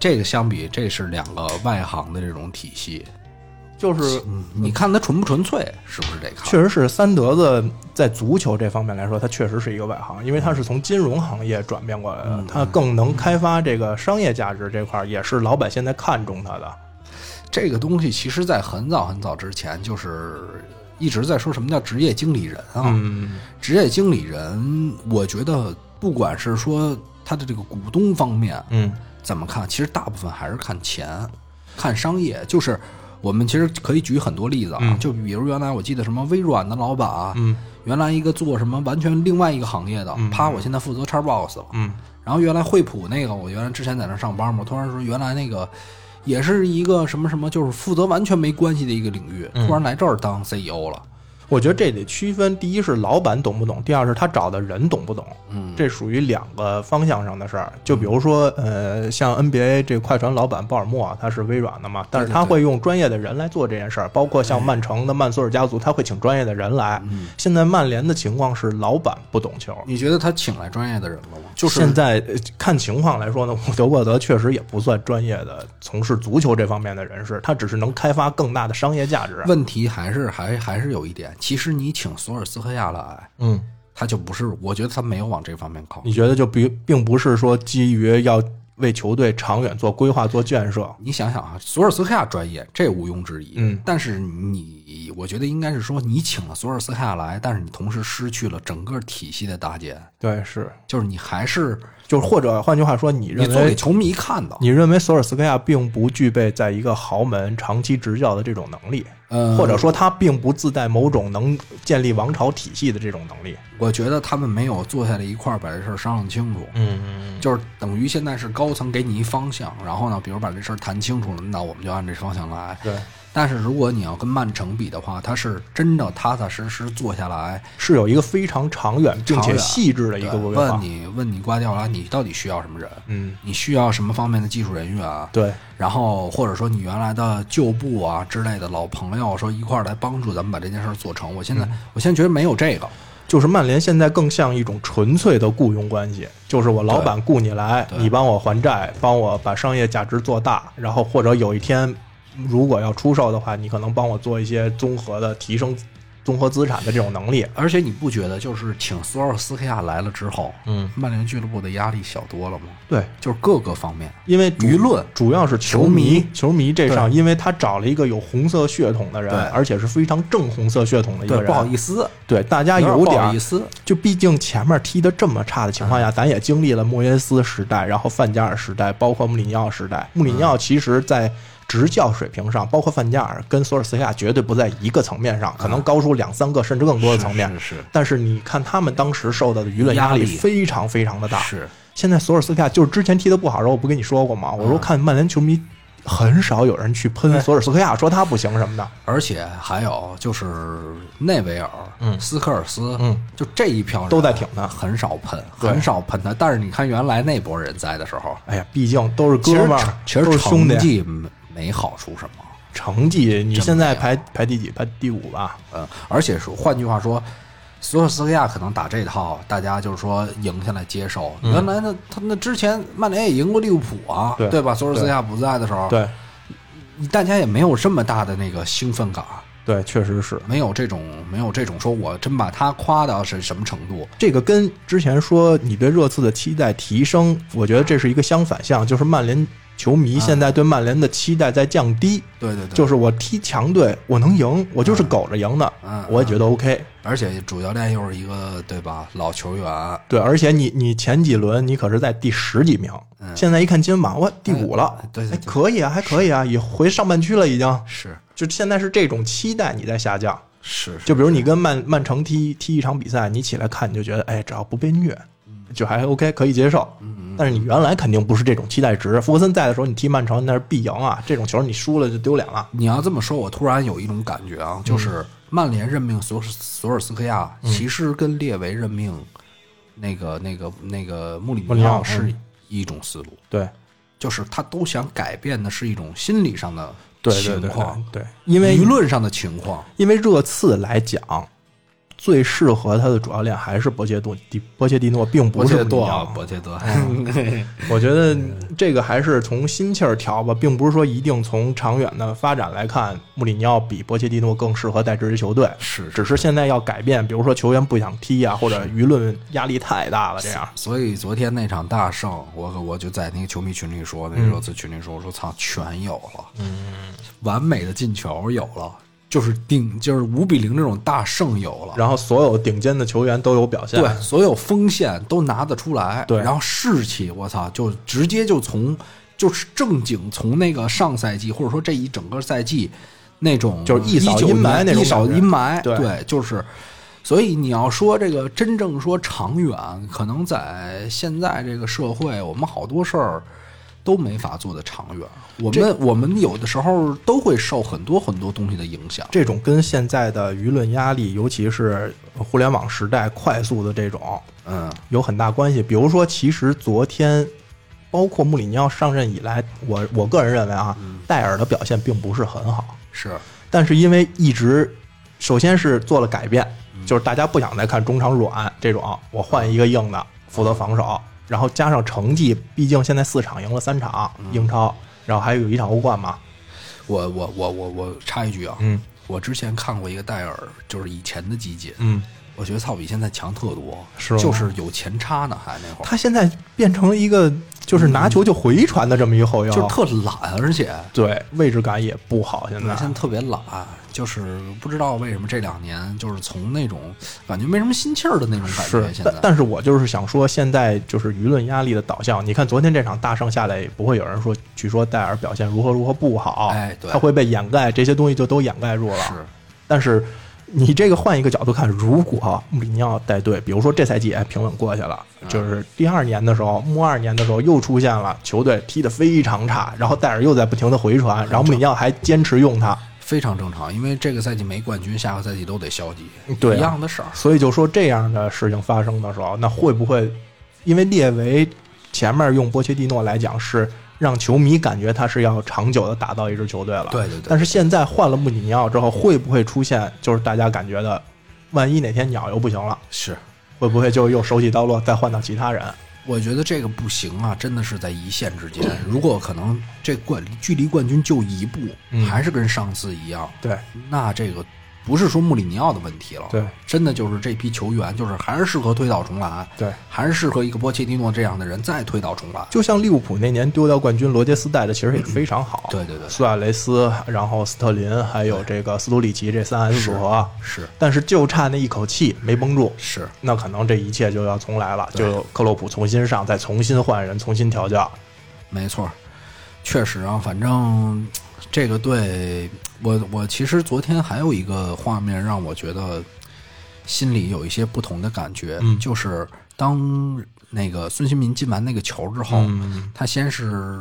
Speaker 1: 这个相比，这是两个外行的这种体系。
Speaker 2: 就是
Speaker 1: 你看他纯不纯粹，是不是这个？
Speaker 2: 确实是三德子在足球这方面来说，他确实是一个外行，因
Speaker 1: 嗯
Speaker 2: 为他是从金融行业转变过来的，他更能开发这个商业价值这块儿，也是老板现在看中他的。
Speaker 1: 这个东西其实，在很早很早之前，就是一直在说什么叫职业经理人啊。
Speaker 2: 嗯
Speaker 1: 职业经理人，我觉得不管是说他的这个股东方面
Speaker 2: 嗯，
Speaker 1: 怎么看，其实大部分还是看钱，看商业。就是我们其实可以举很多例子啊，就比如原来我记得什么微软的老板啊，
Speaker 2: 嗯
Speaker 1: 原来一个做什么完全另外一个行业的，啪，我现在负责 Xbox 了。
Speaker 2: 嗯
Speaker 1: 然后原来惠普那个，我原来之前在那上班嘛，我突然说原来那个也是一个什么什么，就是负责完全没关系的一个领域，
Speaker 2: 嗯
Speaker 1: 突然来这儿当 CEO 了。
Speaker 2: 我觉得这得区分，第一是老板懂不懂，第二是他找的人懂不懂。
Speaker 1: 嗯，
Speaker 2: 这属于两个方向上的事儿。就比如说，呃，像 NBA 这快船老板鲍尔默，他是微软的嘛，但是他会用专业的人来做这件事儿，包括像
Speaker 1: 哎
Speaker 2: 曼城的曼索尔家族，他会请专业的人来。
Speaker 1: 嗯
Speaker 2: 现在曼联的情况是老板不懂球。
Speaker 1: 你觉得他请来专业的人了吗？就是
Speaker 2: 现在呃看情况来说呢，伍德沃德确实也不算专业的从事足球这方面的人士，他只是能开发更大的商业价值。
Speaker 1: 问题还是还还是有一点，其实你请索尔斯克亚来，
Speaker 2: 嗯，
Speaker 1: 他就不是，我觉得他没有往这方面靠。
Speaker 2: 你觉得就并并不是说基于要为球队长远做规划、做建设，
Speaker 1: 你想想啊，索尔斯克亚专业，这毋庸置疑。
Speaker 2: 嗯，
Speaker 1: 但是你，我觉得应该是说，你请了索尔斯克亚来，但是你同时失去了整个体系的搭建，
Speaker 2: 对，是，
Speaker 1: 就是你还是
Speaker 2: 就是或者换句话说，你
Speaker 1: 你
Speaker 2: 认
Speaker 1: 做给
Speaker 2: 为
Speaker 1: 球迷看的。
Speaker 2: 你认为索尔斯克亚并不具备在一个豪门长期执教的这种能力，
Speaker 1: 呃，
Speaker 2: 或者说他并不自带某种能建立王朝体系的这种能力。
Speaker 1: 我觉得他们没有坐下来一块儿把这事儿商量清楚。
Speaker 2: 嗯嗯
Speaker 1: 就是等于现在是高层给你一方向，然后呢，比如把这事儿谈清楚了，那我们就按这方向来。
Speaker 2: 对，
Speaker 1: 但是如果你要跟曼城比的话，他是真的踏踏实实坐下来，
Speaker 2: 是有一个非常长远并
Speaker 1: 长
Speaker 2: 且
Speaker 1: 远
Speaker 2: 细致的一个
Speaker 1: 对
Speaker 2: 规划。
Speaker 1: 问你问你瓜迪奥拉，你到底需要什么人？
Speaker 2: 嗯，
Speaker 1: 你需要什么方面的技术人员？啊
Speaker 2: 对，
Speaker 1: 然后或者说你原来的旧部啊之类的老朋友，说一块儿来帮助咱们把这件事儿做成。我现在、我现在觉得没有这个，
Speaker 2: 就是曼联现在更像一种纯粹的雇佣关系，就是我老板雇你来，
Speaker 1: 对
Speaker 2: 你帮我还债，帮我把商业价值做大，然后或者有一天如果要出售的话，你可能帮我做一些综合的提升综合资产的这种能力。
Speaker 1: 而且你不觉得就是请索尔斯克亚来了之后，
Speaker 2: 嗯，
Speaker 1: 曼联俱乐部的压力小多了吗？
Speaker 2: 对，
Speaker 1: 就是各个方面。
Speaker 2: 因为主
Speaker 1: 舆论
Speaker 2: 主要是球
Speaker 1: 迷
Speaker 2: 球迷这上，
Speaker 1: 对
Speaker 2: 因为他找了一个有红色血统的人
Speaker 1: 对，
Speaker 2: 而且是非常正红色血统的一个
Speaker 1: 对，
Speaker 2: 人。
Speaker 1: 不好
Speaker 2: 思，
Speaker 1: 意思，
Speaker 2: 对大家
Speaker 1: 有
Speaker 2: 有
Speaker 1: 不
Speaker 2: 点
Speaker 1: 好
Speaker 2: 儿
Speaker 1: 意思，
Speaker 2: 就毕竟前面踢得这么差的情况下，咱也经历了莫耶斯时代，然后范加尔时代，包括穆里尼奥时代。穆里尼奥其实在执教水平上，包括范加尔跟索尔斯克亚绝对不在一个层面上，可能高出两三个甚至更多的层面。
Speaker 1: 是是
Speaker 2: 但嗯是你看他们当时受到的舆论压力
Speaker 1: 压力
Speaker 2: 非常非常的大。
Speaker 1: 是，
Speaker 2: 现在索尔斯克亚就是之前踢得不好，然后我不跟你说过吗？我说看曼联球迷很少有人去喷索尔斯克亚，说他不行什么的。
Speaker 1: 而且还有就是内维尔、
Speaker 2: 嗯
Speaker 1: 斯科尔斯，
Speaker 2: 嗯，
Speaker 1: 就这一票人
Speaker 2: 都在挺他
Speaker 1: 很少喷，
Speaker 2: 对
Speaker 1: 很少喷他。但是你看原来那波人在的时候，
Speaker 2: 哎呀，毕竟都是哥
Speaker 1: 其实
Speaker 2: 们儿
Speaker 1: 成，其实
Speaker 2: 都是兄弟
Speaker 1: 成。绩没没好处什么，
Speaker 2: 成绩，你现在排排第几？排第五吧。
Speaker 1: 呃，而且说换句话说。索尔斯克亚可能打这套，大家就是说赢下来接受。原来那他那之前曼联也赢过利物浦啊，
Speaker 2: 嗯对
Speaker 1: 吧？索尔斯克亚不在的时候，
Speaker 2: 对
Speaker 1: 大家也没有这么大的那个兴奋感，
Speaker 2: 对，确实是
Speaker 1: 没有这种没有这种说我真把他夸到是什么程度。
Speaker 2: 这个跟之前说你对热刺的期待提升，我觉得这是一个相反向，就是曼联球迷现在对曼联的期待在降低，
Speaker 1: 对啊对对，啊
Speaker 2: 就是我踢强队，我能赢，我就是苟着赢的
Speaker 1: 嗯嗯，
Speaker 2: 我也觉得 OK。
Speaker 1: 而且主教练又是一个对吧老球员，
Speaker 2: 对，而且你你前几轮你可是在第十几名，现在一看今晚我第五了
Speaker 1: 嗯哎，对对
Speaker 2: 哎
Speaker 1: 对
Speaker 2: 可以啊，还可以啊，也回上半区了，已经，
Speaker 1: 是
Speaker 2: 就现在是这种期待你在下降。
Speaker 1: 是是
Speaker 2: 就比如你跟曼曼城踢踢一场比赛，你起来看你就觉得，哎，只要不被虐，就还 OK 可以接受。但是你原来肯定不是这种期待值。福格森在的时候，你踢曼城那是必赢啊，这种球你输了就丢脸了。
Speaker 1: 你要这么说，我突然有一种感觉啊，就是曼联任命索尔索尔斯克亚，其实跟列维任命那个那个那个穆里
Speaker 2: 穆里
Speaker 1: 尼
Speaker 2: 尼
Speaker 1: 奥
Speaker 2: 奥
Speaker 1: 是
Speaker 2: 嗯
Speaker 1: 一种思路，
Speaker 2: 对，
Speaker 1: 就是他都想改变的是一种心理上的情况，
Speaker 2: 对，因为
Speaker 1: 舆论上的情况。
Speaker 2: 因为热刺来讲，最适合他的主教练还是博切蒂蒂波切蒂诺，并不
Speaker 1: 博
Speaker 2: 是
Speaker 1: 切
Speaker 2: 穆里尼
Speaker 1: 多
Speaker 2: 奥
Speaker 1: 啊，博切多，
Speaker 2: [laughs] 我觉得这个还是从心气儿调吧，并不是说一定从长远的发展来看，穆里尼奥比波切蒂诺更适合带这支球队。
Speaker 1: 是
Speaker 2: 只是现在要改变，比如说球员不想踢啊，或者舆论压力太大了，这样。
Speaker 1: 所以昨天那场大胜，我可我就在那个球迷群里说，那热刺群里说，我说操，全有了，嗯，完美的进球有了，就是顶就是五比零这种大胜有了，
Speaker 2: 然后所有顶尖的球员都有表现。
Speaker 1: 对，所有锋线都拿得出来，
Speaker 2: 对
Speaker 1: 然后士气，我操，就直接就从就是正经从那个上赛季或者说这一整个赛季那种
Speaker 2: 就是一扫
Speaker 1: 19
Speaker 2: 阴霾
Speaker 1: 年
Speaker 2: 那种
Speaker 1: 一扫
Speaker 2: 感觉
Speaker 1: 阴霾，
Speaker 2: 对
Speaker 1: 就是。所以你要说这个真正说长远，可能在现在这个社会，我们好多事儿都没法做得长远。我们我们有的时候都会受很多很多东西的影响。
Speaker 2: 这种跟现在的舆论压力，尤其是互联网时代快速的这种，
Speaker 1: 嗯，
Speaker 2: 有很大关系。比如说，其实昨天，包括穆里尼奥上任以来，我我个人认为啊，
Speaker 1: 嗯
Speaker 2: 戴尔的表现并不是很好。
Speaker 1: 是
Speaker 2: 但是因为一直，首先是做了改变，就是大家不想再看中场软这种，我换一个硬的负责防守，然后加上成绩，毕竟现在四场赢了三场英超，然后还有一场欧冠嘛，
Speaker 1: 我我我我我插一句啊，
Speaker 2: 嗯，
Speaker 1: 我之前看过一个戴尔，就是以前的集锦，
Speaker 2: 嗯，
Speaker 1: 我觉得操比现在强特多，
Speaker 2: 是吗
Speaker 1: 就是有前插呢，还那会儿
Speaker 2: 他现在变成了一个就是拿球就回传的这么一个后腰，
Speaker 1: 就是特懒，而且
Speaker 2: 对位置感也不好，现在
Speaker 1: 现在特别懒，就是不知道为什么这两年就是从那种感觉没什么心气儿的那种感
Speaker 2: 是
Speaker 1: 觉，，现
Speaker 2: 但
Speaker 1: 在
Speaker 2: 但是我就是想说，现在就是舆论压力的导向。你看昨天这场大胜下来，也不会有人说去说戴尔表现如何如何不好，
Speaker 1: 哎对
Speaker 2: 他会被掩盖，这些东西就都掩盖住了。
Speaker 1: 是
Speaker 2: 但是你这个换一个角度看，如果穆里尼奥带队，比如说这赛季哎平稳过去了，
Speaker 1: 嗯
Speaker 2: 就是第二年的时候，穆二年的时候又出现了球队踢得非常差，然后戴尔又在不停的回传，然后穆里尼奥还坚持用他，
Speaker 1: 非常正常，因为这个赛季没冠军，下个赛季都得消极，
Speaker 2: 对啊
Speaker 1: 一样的事儿。
Speaker 2: 所以就说这样的事情发生的时候，那会不会因为列维前面用波切蒂诺来讲是让球迷感觉他是要长久的打造一支球队了？
Speaker 1: 对对对
Speaker 2: 但是现在换了穆里尼奥之后，会不会出现就是大家感觉的，万一哪天鸟又不行了，
Speaker 1: 是，
Speaker 2: 会不会就又手起刀落再换到其他人？
Speaker 1: 我觉得这个不行啊，真的是在一线之间。如果可能，这冠距离冠军就一步，
Speaker 2: 嗯
Speaker 1: 还是跟上次一样，
Speaker 2: 对，
Speaker 1: 那这个不是说穆里尼奥的问题了，
Speaker 2: 对，
Speaker 1: 真的就是这批球员就是还是适合推倒重来，
Speaker 2: 对，
Speaker 1: 还是适合一个波切蒂诺这样的人再推倒重来。
Speaker 2: 就像利物浦那年丢掉冠军，罗杰斯带的其实也非常好。
Speaker 1: 对对对
Speaker 2: 苏亚雷斯，然后斯特林，还有这个斯图里奇这三 S 组合，
Speaker 1: 是
Speaker 2: 但是就差那一口气没绷住。
Speaker 1: 是，
Speaker 2: 那可能这一切就要重来了，
Speaker 1: 对
Speaker 2: 就克洛普重新上，再重新换人，重新调教。
Speaker 1: 没错，确实啊，反正这个队，我我其实昨天还有一个画面让我觉得心里有一些不同的感觉，
Speaker 2: 嗯
Speaker 1: 就是当那个孙兴民进完那个球之后，
Speaker 2: 嗯
Speaker 1: 他先是。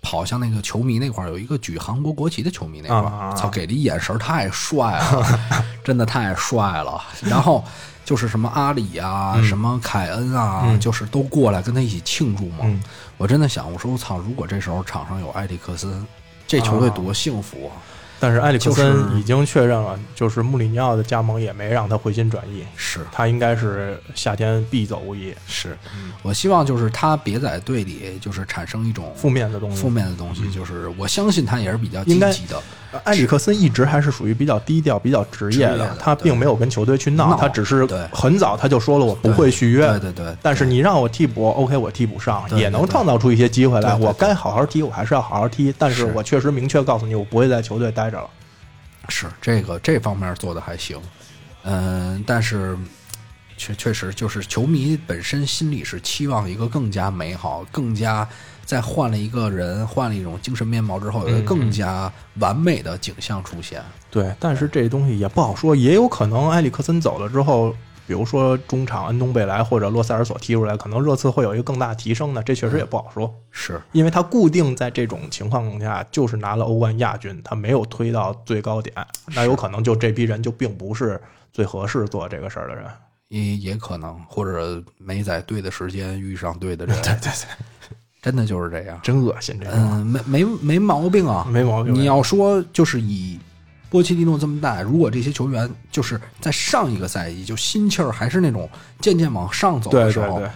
Speaker 1: 跑向那个球迷那块儿，有一个举韩国国旗的球迷那块
Speaker 2: 啊啊啊
Speaker 1: 儿，操、给的眼神儿太帅
Speaker 2: [laughs]
Speaker 1: 了，真的太帅了。然后就是什么阿里啊，
Speaker 2: 嗯
Speaker 1: 什么凯恩啊，就是都过来跟他一起庆祝嘛。
Speaker 2: 嗯
Speaker 1: 我真的想，我说我操，如果这时候场上有埃里克森，这球队多幸福啊！
Speaker 2: 但是埃里克
Speaker 1: 就
Speaker 2: 森
Speaker 1: 是
Speaker 2: 已经确认了，就是穆里尼奥的加盟也没让他回心转意，
Speaker 1: 是
Speaker 2: 他应该是夏天必走无疑。
Speaker 1: 是，嗯我希望就是他别在队里就是产生一种
Speaker 2: 负面的东西
Speaker 1: 负面的东西，就是我相信他也是比较积
Speaker 2: 应该
Speaker 1: 极的，
Speaker 2: 呃埃里克森一直还是属于比较低调、比较职业
Speaker 1: 职业
Speaker 2: 的
Speaker 1: 的，
Speaker 2: 他并没有跟球队去
Speaker 1: 闹
Speaker 2: 闹，他只是
Speaker 1: 对
Speaker 2: 很早他就说了我不
Speaker 1: 对
Speaker 2: 会续约。
Speaker 1: 对对对，
Speaker 2: 但是你让我替补，OK，我替补上
Speaker 1: 对
Speaker 2: 也能
Speaker 1: 对对
Speaker 2: 创造出一些机会来。
Speaker 1: 对对
Speaker 2: 我该好好踢，我还是要好好踢。但是
Speaker 1: 是
Speaker 2: 我确实明确告诉你，我不会在球队待着了。
Speaker 1: 是这个这方面做的还行，嗯，但是确确实就是球迷本身心里是期望一个更加美好、更加在换了一个人、换了一种精神面貌之后，有一个更加完美的景象出现。
Speaker 2: 对，但是这东西也不好说，也有可能埃里克森走了之后，比如说中场安东贝莱或者洛塞尔索踢出来，可能热刺会有一个更大提升呢。这确实也不好说，
Speaker 1: 是
Speaker 2: 因为他固定在这种情况下就是拿了欧冠亚军，他没有推到最高点，那有可能就这批人就并不是最合适做这个事儿的人。
Speaker 1: 也也可能，或者没在对的时间遇上对的人，
Speaker 2: 对对，
Speaker 1: 真的就是这样。
Speaker 2: 真恶心这个，
Speaker 1: 嗯，没没没毛病啊，
Speaker 2: 没毛病。
Speaker 1: 你要说就是以波切蒂诺这么带，如果这些球员就是在上一个赛季就心气儿还是那种渐渐往上走的
Speaker 2: 对
Speaker 1: 时
Speaker 2: 对
Speaker 1: 候，
Speaker 2: 对，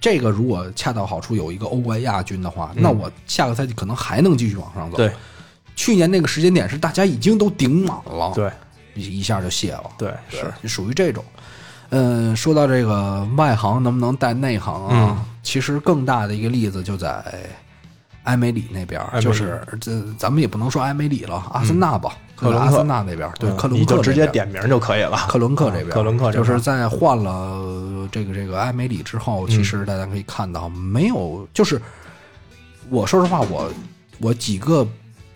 Speaker 1: 这个如果恰到好处有一个欧冠亚军的话，那我下个赛季可能还能继续往上走。
Speaker 2: 嗯对，
Speaker 1: 去年那个时间点是大家已经都顶满了，
Speaker 2: 对
Speaker 1: 一一下就卸了，
Speaker 2: 对是
Speaker 1: 是属于这种。嗯，说到这个外行能不能带内行啊？
Speaker 2: 嗯
Speaker 1: 其实更大的一个例子就在埃梅里那边儿
Speaker 2: 埃梅，里嗯
Speaker 1: 就是这咱们也不能说埃梅里了，阿森纳吧，
Speaker 2: 克伦克
Speaker 1: 阿森纳那边儿，对，
Speaker 2: 嗯
Speaker 1: 克伦
Speaker 2: 你
Speaker 1: 克
Speaker 2: 就直
Speaker 1: 那
Speaker 2: 接
Speaker 1: 边儿
Speaker 2: 点名就可以了。
Speaker 1: 克伦克这边儿，
Speaker 2: 克伦克这边
Speaker 1: 就
Speaker 2: 儿
Speaker 1: 是在换了呃这个这个埃梅里之
Speaker 2: 嗯
Speaker 1: 后，其实大家可以看到，没有就是我说实话，我我几个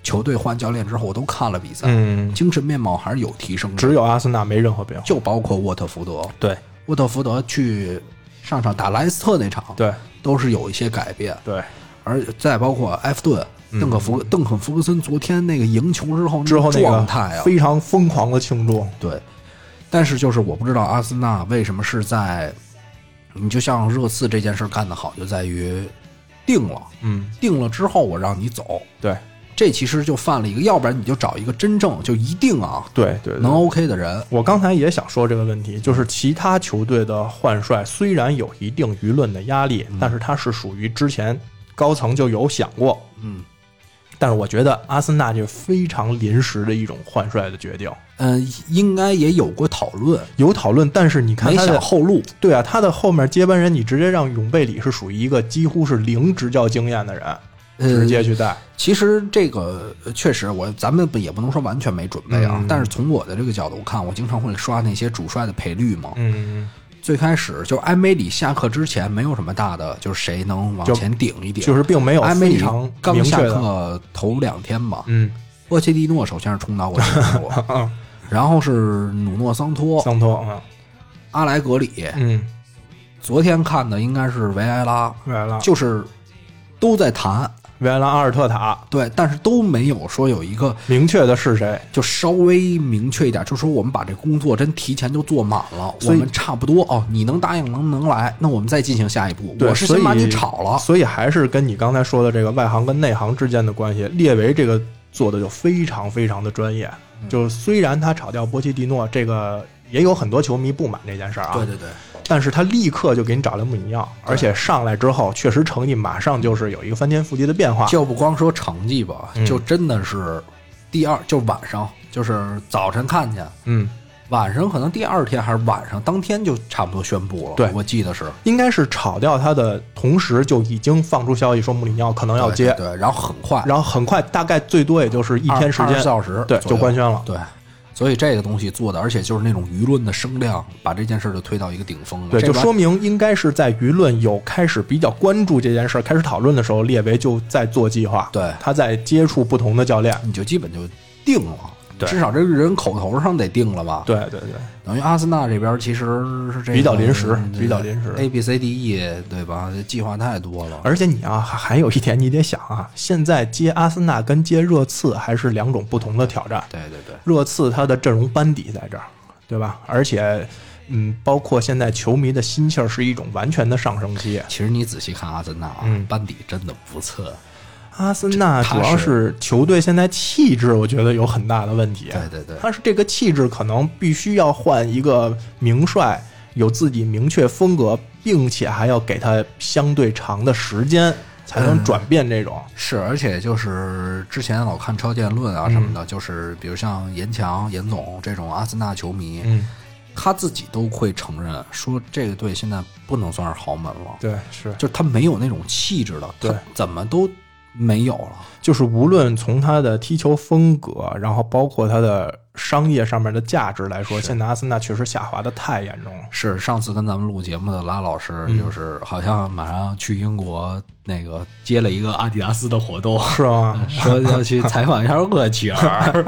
Speaker 1: 球队换教练之后，我都看了比赛，
Speaker 2: 嗯，
Speaker 1: 精神面貌还是有提升的，
Speaker 2: 只有阿森纳没任何变化。
Speaker 1: 就包括沃特福德，
Speaker 2: 对
Speaker 1: 沃特福德去上场打莱斯特那场，
Speaker 2: 对
Speaker 1: 都是有一些改变，
Speaker 2: 对，
Speaker 1: 而再包括埃弗顿。邓肯福邓肯福格森昨天那个赢球之后，
Speaker 2: 嗯之后那
Speaker 1: 状态
Speaker 2: 个
Speaker 1: 啊，
Speaker 2: 非常疯狂的庆祝，
Speaker 1: 对，但是就是我不知道阿森纳为什么是在，你就像热刺这件事儿干得好，就在于定了，
Speaker 2: 嗯，
Speaker 1: 定了之后我让你走，
Speaker 2: 对
Speaker 1: 这其实就犯了一个，要不然你就找一个真正就一定啊
Speaker 2: 对对，
Speaker 1: 能 OK 的人，
Speaker 2: 我刚才也想说这个问题，就是其他球队的换帅虽然有一定
Speaker 1: 嗯
Speaker 2: 舆论的压力，但是它是属于之前高层就有想过，
Speaker 1: 嗯，
Speaker 2: 但是我觉得阿森纳这非常临时的一种换帅的决定，
Speaker 1: 嗯，应该也有过讨论，
Speaker 2: 有讨论，但是你看
Speaker 1: 没
Speaker 2: 他
Speaker 1: 想
Speaker 2: 的
Speaker 1: 后路。
Speaker 2: 对啊，他的后面接班人，你直接让永贝里是属于一个几乎是零执教经验的人，
Speaker 1: 呃
Speaker 2: 直接去带，
Speaker 1: 其实这个呃确实我，咱们不也不能说完全没准备啊。
Speaker 2: 嗯
Speaker 1: 但是从我的这个角度看，我经常会刷那些主帅的赔率嘛。
Speaker 2: 嗯，
Speaker 1: 最开始就是埃梅里下课之前，没有什么大的，就是谁能往
Speaker 2: 就
Speaker 1: 前顶一顶。
Speaker 2: 就是并没有
Speaker 1: 埃梅
Speaker 2: 非
Speaker 1: 里
Speaker 2: 常
Speaker 1: 刚
Speaker 2: 明
Speaker 1: 下
Speaker 2: 确的，
Speaker 1: 课头两天吧，
Speaker 2: 嗯，
Speaker 1: 波切蒂诺首先是冲到过去看我，
Speaker 2: [laughs]
Speaker 1: 然后是努诺桑托、
Speaker 2: 桑托，嗯
Speaker 1: 阿莱格里，
Speaker 2: 嗯，
Speaker 1: 昨天看的应该是维埃拉，
Speaker 2: 维埃拉，
Speaker 1: 就是都在谈，
Speaker 2: 维埃拉、阿尔特塔，
Speaker 1: 对，但是都没有说有一个
Speaker 2: 明确的是谁？
Speaker 1: 就稍微明确一点，就说我们把这工作真提前就做满了，我
Speaker 2: 所以
Speaker 1: 们差不多哦，你能答应能能来，那我们再进行下一步。
Speaker 2: 对
Speaker 1: 我是
Speaker 2: 所
Speaker 1: 先
Speaker 2: 以
Speaker 1: 把你炒了，
Speaker 2: 所以还是跟你刚才说的这个外行跟内行之间的关系，列维这个做的就非常非常的专业。
Speaker 1: 嗯
Speaker 2: 就是虽然他炒掉波切蒂诺，这个也有很多球迷不满这件事儿啊，
Speaker 1: 对对对，
Speaker 2: 但是他立刻就给你找来穆里尼奥，而且上来之后确实成绩马上就是有一个翻天覆地的变化。
Speaker 1: 就不光说成绩吧，
Speaker 2: 嗯
Speaker 1: 就真的是第二，就晚上就是早晨看见，
Speaker 2: 嗯，
Speaker 1: 晚上可能第二天还是晚上，当天就差不多宣布了。
Speaker 2: 对
Speaker 1: 我记得是
Speaker 2: 应该是炒掉他的同时就已经放出消息说穆里尼奥可能要接，
Speaker 1: 对对对然后很快，
Speaker 2: 然后很快大概最多也就是一天时
Speaker 1: 二
Speaker 2: 间
Speaker 1: 十四，小时
Speaker 2: 对，
Speaker 1: 左右
Speaker 2: 就官宣了。
Speaker 1: 对。所以这个东西做的，而且就是那种舆论的声量，把这件事儿就推到一个顶峰了。
Speaker 2: 对，
Speaker 1: 这
Speaker 2: 就
Speaker 1: 玩
Speaker 2: 说明应该是在舆论有开始比较关注这件事儿、开始讨论的时候，列维就在做计划，
Speaker 1: 对
Speaker 2: 他在接触不同的教练。
Speaker 1: 你就基本就定了，
Speaker 2: 对
Speaker 1: 至少这个人口头上得定了吧？，
Speaker 2: 对对对，
Speaker 1: 等于阿森纳这边其实是这个
Speaker 2: 比较临时
Speaker 1: 嗯
Speaker 2: 比较临时
Speaker 1: ，A B C D E 对吧？这计划太多了，
Speaker 2: 而且你啊，还还有一点你得想啊，现在接阿森纳跟接热刺还是两种不同的挑战。
Speaker 1: 对对对，
Speaker 2: 热刺他的阵容班底在这儿，对吧？而且，嗯，包括现在球迷的心气儿是一种完全的上升期。
Speaker 1: 其实你仔细看阿森纳啊，
Speaker 2: 嗯
Speaker 1: 班底真的不错，
Speaker 2: 阿森纳
Speaker 1: 这他
Speaker 2: 主要
Speaker 1: 是
Speaker 2: 是球队现在气质，我觉得有很大的问题。
Speaker 1: 对对对，
Speaker 2: 他是这个气质，可能必须要换一个名帅，有自己明确风格，并且还要给他相对长的时间才能转变这种。
Speaker 1: 是，而且就是之前老看超见论
Speaker 2: 嗯
Speaker 1: 啊什么的，就是比如像严强、严总这种阿森纳球迷，
Speaker 2: 嗯，
Speaker 1: 他自己都会承认说，这个队现在不能算是豪门了，
Speaker 2: 对，是，
Speaker 1: 就是他没有那种气质了，他
Speaker 2: 对
Speaker 1: 怎么都没有了。
Speaker 2: 就是无论从他的踢球风格，然后包括他的商业上面的价值来说，现在阿森纳确实下滑的太严重了。
Speaker 1: 是上次跟咱们录节目的拉老师，就是好像马上去英国那个接了一个阿迪达斯的活 [laughs] 动，
Speaker 2: 是啊 [laughs] 吗？
Speaker 1: 说要去采访一下厄齐尔，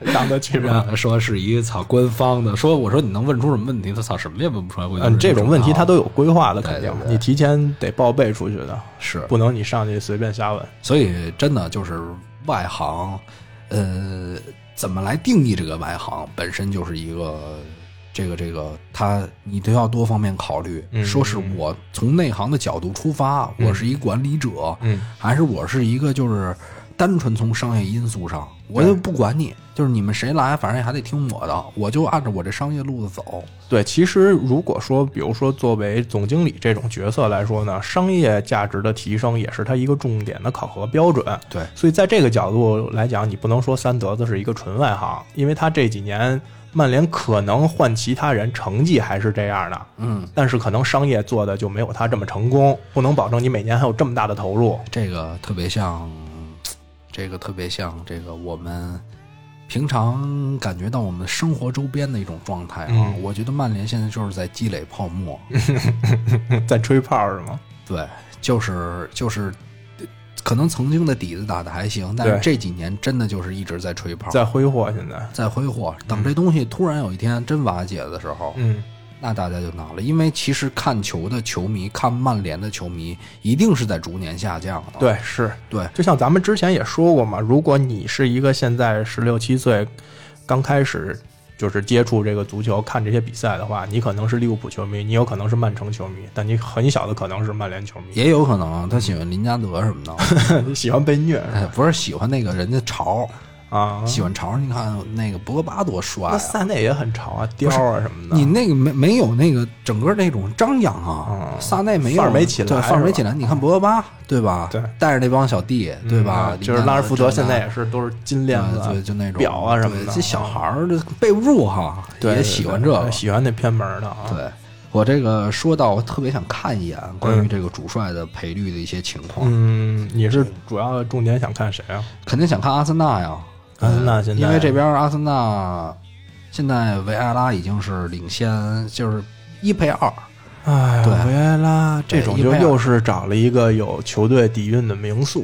Speaker 2: 让他去吧。
Speaker 1: 然后说 [laughs] 是啊一个草官方的，说我说你能问出什么问题？他操什么也问不出来。
Speaker 2: 嗯，这种问题他
Speaker 1: 都
Speaker 2: 都有规划的，肯定
Speaker 1: 啊对对对
Speaker 2: 你提前得报备出去的，
Speaker 1: 是，
Speaker 2: 不能你上去随便瞎问。
Speaker 1: 所以真的就是外行，呃，怎么来定义这个外行，本身就是一个。这个这个，他你都要多方面考虑。
Speaker 2: 嗯
Speaker 1: 说是我从内行的角度出发，我是一管理者，
Speaker 2: 嗯，
Speaker 1: 还是我是一个就是单纯从商业因素上，我就不管你，就是你们谁来，反正也还得听我的，我就按照我这商业路子走。
Speaker 2: 对，其实如果说，比如说作为总经理这种角色来说呢，商业价值的提升也是他一个重点的考核标准。
Speaker 1: 对，
Speaker 2: 所以在这个角度来讲，你不能说三德子是一个纯外行，因为他这几年曼联可能换其他人，成绩还是这样的，
Speaker 1: 嗯，
Speaker 2: 但是可能商业做的就没有他这么成功，不能保证你每年还有这么大的投入。 [laughs]
Speaker 1: 这个特别像，这个特别像这个我们平常感觉到我们生活周边的一种状态啊。
Speaker 2: 嗯
Speaker 1: 我觉得曼联现在就是在积累泡沫，
Speaker 2: 在吹泡是吗？
Speaker 1: 对，就是就是。可能曾经的底子打的还行，但是
Speaker 2: 对
Speaker 1: 这几年真的就是一直在吹泡，
Speaker 2: 在挥霍现在。
Speaker 1: 在挥霍。等这东西突然有一天真瓦解的时候，
Speaker 2: 嗯，
Speaker 1: 那大家就恼了，因为其实看球的球迷，看曼联的球迷，一定是在逐年下降的。
Speaker 2: 对，是
Speaker 1: 啊对，
Speaker 2: 就像咱们之前也说过嘛，如果你是一个现在十六七岁，刚开始就是接触这个足球、看这些比赛的话，你可能是利物浦球迷，你有可能是曼城球迷，但你很小的可能是曼联球迷，
Speaker 1: 也有
Speaker 2: [laughs]
Speaker 1: 可能他喜欢林加德什么的，
Speaker 2: 你喜欢被虐是吧
Speaker 1: 哎不是喜欢那个人家潮，
Speaker 2: 啊，
Speaker 1: 喜欢潮儿。你看那个博格巴多帅
Speaker 2: 那
Speaker 1: 啊！
Speaker 2: 萨内也很潮啊，貂啊什么的。
Speaker 1: 你那个没没有那个整个那种张扬啊，
Speaker 2: 嗯
Speaker 1: 萨内没有
Speaker 2: 范儿没起来
Speaker 1: 对，范儿没起来。
Speaker 2: 是吧啊
Speaker 1: 你看博格巴，对吧？
Speaker 2: 对
Speaker 1: 带着那帮小弟，对吧
Speaker 2: 嗯？就是拉什福德现在
Speaker 1: 也
Speaker 2: 也是都是金链子啊、
Speaker 1: 对，就那种
Speaker 2: 表啊什么
Speaker 1: 对
Speaker 2: 的。
Speaker 1: 这小孩儿这备不住哈，
Speaker 2: 对
Speaker 1: 也
Speaker 2: 对
Speaker 1: 喜
Speaker 2: 对
Speaker 1: 欢这个
Speaker 2: 对。喜欢那偏门的啊。
Speaker 1: 对我这个说到，我特别想看一眼关于这个主帅的赔率的一些情况，
Speaker 2: 嗯，你是主要重点想看谁啊？
Speaker 1: 肯定想看阿森纳呀。
Speaker 2: 阿森纳现在
Speaker 1: 呃因为这边阿森纳现在维埃拉已经是领先，就是一赔二。
Speaker 2: 哎呀，
Speaker 1: 对
Speaker 2: 维埃拉这种
Speaker 1: 对
Speaker 2: 就
Speaker 1: 伊贝尔
Speaker 2: 又是找了一个有球队底蕴的名宿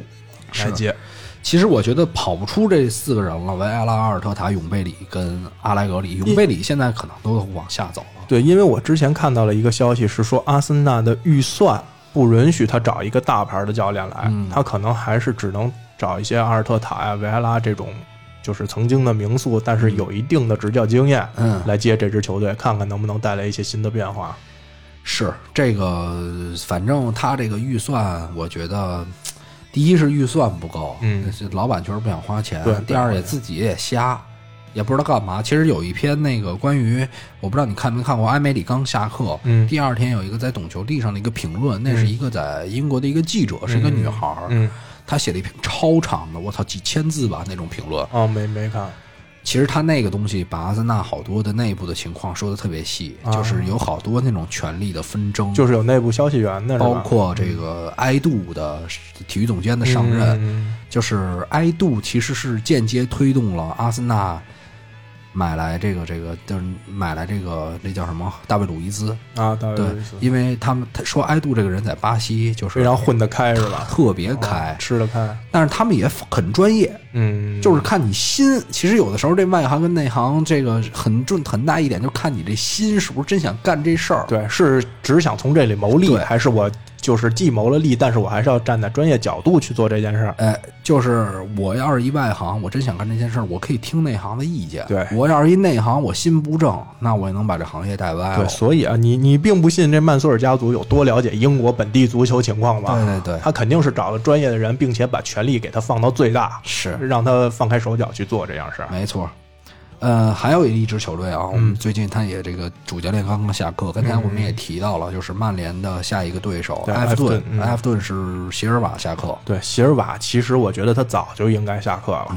Speaker 2: 来
Speaker 1: 是
Speaker 2: 接，
Speaker 1: 其实我觉得跑不出这四个人了，维埃拉、阿尔特塔、永贝里跟阿莱格里。永贝里现在可能都往下走了。
Speaker 2: 对，因为我之前看到了一个消息，是说阿森纳的预算不允许他找一个大牌的教练来，
Speaker 1: 嗯
Speaker 2: 他可能还是只能找一些阿尔特塔呀、维埃拉这种，就是曾经的名宿，但是有一定的执教经验，
Speaker 1: 嗯
Speaker 2: 来接这支球队，看看能不能带来一些新的变化。
Speaker 1: 是这个，反正他这个预算，我觉得。第一是预算不够，
Speaker 2: 嗯，
Speaker 1: 老板确实不想花钱
Speaker 2: 对。
Speaker 1: 第二
Speaker 2: 对
Speaker 1: 也自己也瞎，也不知道干嘛。其实有一篇那个关于，我不知道你看没看过，埃梅里刚下课，
Speaker 2: 嗯
Speaker 1: 第二天有一个在懂球帝上的一个评论，那
Speaker 2: 嗯
Speaker 1: 是一个在英国的一个记者，是一个女孩儿，
Speaker 2: 嗯，
Speaker 1: 她写了一篇超长的，我操，几千字吧那种评论。
Speaker 2: 哦，没没看，
Speaker 1: 其实他那个东西把阿森纳好多的内部的情况说的特别细，
Speaker 2: 啊
Speaker 1: 就是有好多那种权力的纷争，
Speaker 2: 就是有内部消息源的是吧，
Speaker 1: 包括这个埃杜的体育总监的上任，
Speaker 2: 嗯
Speaker 1: 就是埃杜其实是间接推动了阿森纳买来这个这个，就是买来这个那叫什么大卫鲁伊兹，
Speaker 2: 啊，大
Speaker 1: 对
Speaker 2: 概意思，
Speaker 1: 因为他们他说埃杜这个人在巴西就是
Speaker 2: 非常混得开是吧？
Speaker 1: 特别开
Speaker 2: 哦，吃得开，
Speaker 1: 但是他们也很专业，
Speaker 2: 嗯，
Speaker 1: 就是看你心。其实有的时候这外行跟内行这个很重很大一点，就看你这心是不是真想干这事儿。
Speaker 2: 对，是只想从这里谋利，
Speaker 1: 对
Speaker 2: 还是我就是既谋了利，但是我还是要站在专业角度去做这件事儿？
Speaker 1: 哎，就是我要是一外行，我真想干这件事儿，我可以听内行的意见。
Speaker 2: 对
Speaker 1: 我要是一内行，我心不正，那我也能把这行业带歪
Speaker 2: 对，
Speaker 1: 了。
Speaker 2: 所以啊，你你并不信这曼索尔家族有多了解英国本地足球情况吧？
Speaker 1: 对对对
Speaker 2: 他肯定是找了专业的人，并且把权力给他放到最大，
Speaker 1: 是
Speaker 2: 让他放开手脚去做这样事儿。
Speaker 1: 没错。呃，还有一支球队啊，我
Speaker 2: 嗯
Speaker 1: 们最近他也这个主教练刚刚下课，刚才我们也提到了，就是曼联的下一个对手
Speaker 2: 对
Speaker 1: 埃弗
Speaker 2: 埃
Speaker 1: 顿
Speaker 2: 弗顿，嗯
Speaker 1: 埃弗顿是席尔瓦下课，
Speaker 2: 对，席尔瓦其实我觉得他早就应该下课了。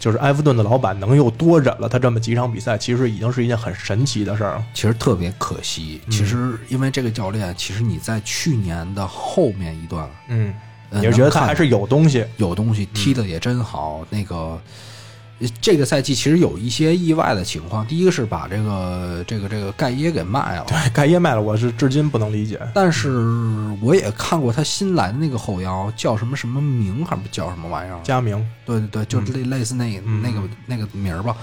Speaker 2: 就是埃弗顿的老板能又多忍了他这么几场比赛，其实已经是一件很神奇的事儿了。
Speaker 1: 其实特别可惜。
Speaker 2: 嗯
Speaker 1: 其实因为这个教练，其实你在去年的后面一段，
Speaker 2: 嗯，
Speaker 1: 呃
Speaker 2: 你是觉得
Speaker 1: 能
Speaker 2: 他
Speaker 1: 看
Speaker 2: 还是有东西？
Speaker 1: 有东西，踢的也真好。那个呃这个赛季其实有一些意外的情况，第一个是把这个这个这个盖耶给卖了，
Speaker 2: 对，盖耶卖了，我是至今不能理解。
Speaker 1: 但是我也看过他新来的那个后腰叫什么什么名，还不叫什么玩意儿？
Speaker 2: 加名，
Speaker 1: 对对对，就类类似那
Speaker 2: 嗯
Speaker 1: 那个那个名儿吧。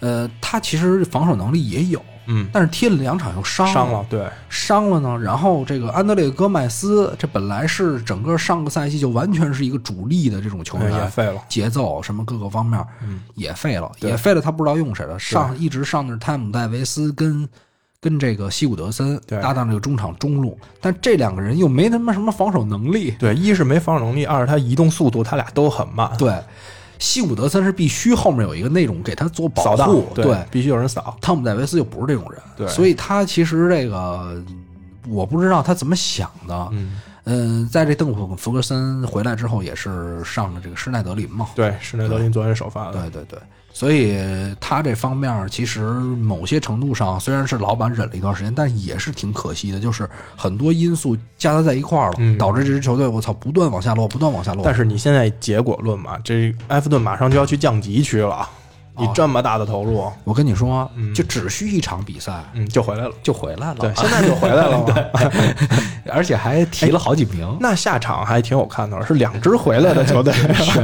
Speaker 1: 呃，他其实防守能力也有，
Speaker 2: 嗯，
Speaker 1: 但是踢了两场又伤
Speaker 2: 伤了，对，
Speaker 1: 伤了呢，然后这个安德烈戈麦斯，这本来是整个上个赛季就完全是一个主力的这种球
Speaker 2: 哎也
Speaker 1: 员，
Speaker 2: 废了。
Speaker 1: 节奏什么各个方面，
Speaker 2: 嗯
Speaker 1: 也废了，
Speaker 2: 对
Speaker 1: 也废了，他不知道用谁了，上一直上的是泰姆戴维斯跟跟这个西伍德森
Speaker 2: 对
Speaker 1: 搭档这个中场中路，但这两个人又没他妈什么防守能力，
Speaker 2: 对，一是没防守能力，二是他移动速度，他俩都很慢，
Speaker 1: 对，西伍德森是必须后面有一个那种给他做保
Speaker 2: 扫荡
Speaker 1: 护，，对，
Speaker 2: 必须有人扫。
Speaker 1: 汤姆戴维斯又不是这种人，
Speaker 2: 对
Speaker 1: 所以他其实这个我不知道他怎么想的。
Speaker 2: 嗯，
Speaker 1: 嗯，在这邓普福格森回来之后，也是上了这个施耐德林嘛。
Speaker 2: 对，施内德林昨天首发的，
Speaker 1: 对对对，所以他这方面儿其实某些程度上，虽然是老板忍了一段时间，但也是挺可惜的，就是很多因素加杂在一块儿了，
Speaker 2: 嗯
Speaker 1: 导致这支球队我操不断往下落，不断往下落。
Speaker 2: 但是你现在结果论嘛，这埃弗顿马上就要去降级区了，
Speaker 1: 哦
Speaker 2: 你这么大的投入，
Speaker 1: 我跟你说
Speaker 2: 嗯，
Speaker 1: 就只需一场比赛
Speaker 2: 嗯，就回来了。
Speaker 1: 就回来了，
Speaker 2: 对，现在就
Speaker 1: [laughs]
Speaker 2: 回来了嘛。哎
Speaker 1: 而且还提了好几名。
Speaker 2: 那下场还挺有看头，是两支回来的球队。
Speaker 1: [laughs]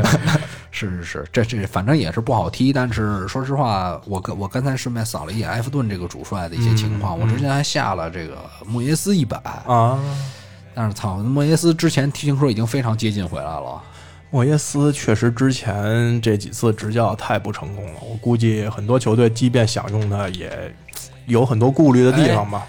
Speaker 1: 是是是，这这反正也是不好踢，但是说实话，我刚我刚才顺便扫了一眼埃弗顿这个主帅的一些情
Speaker 2: 嗯
Speaker 1: 况，我之前还下了这个莫耶斯一百，
Speaker 2: [laughs] 啊，
Speaker 1: 但是操，莫耶斯之前听说已经非常接近回来了，
Speaker 2: 莫耶斯确实之前这几次执教太不成功了，我估计很多球队即便想用他，也有很多顾虑的
Speaker 1: 哎
Speaker 2: 地方吧。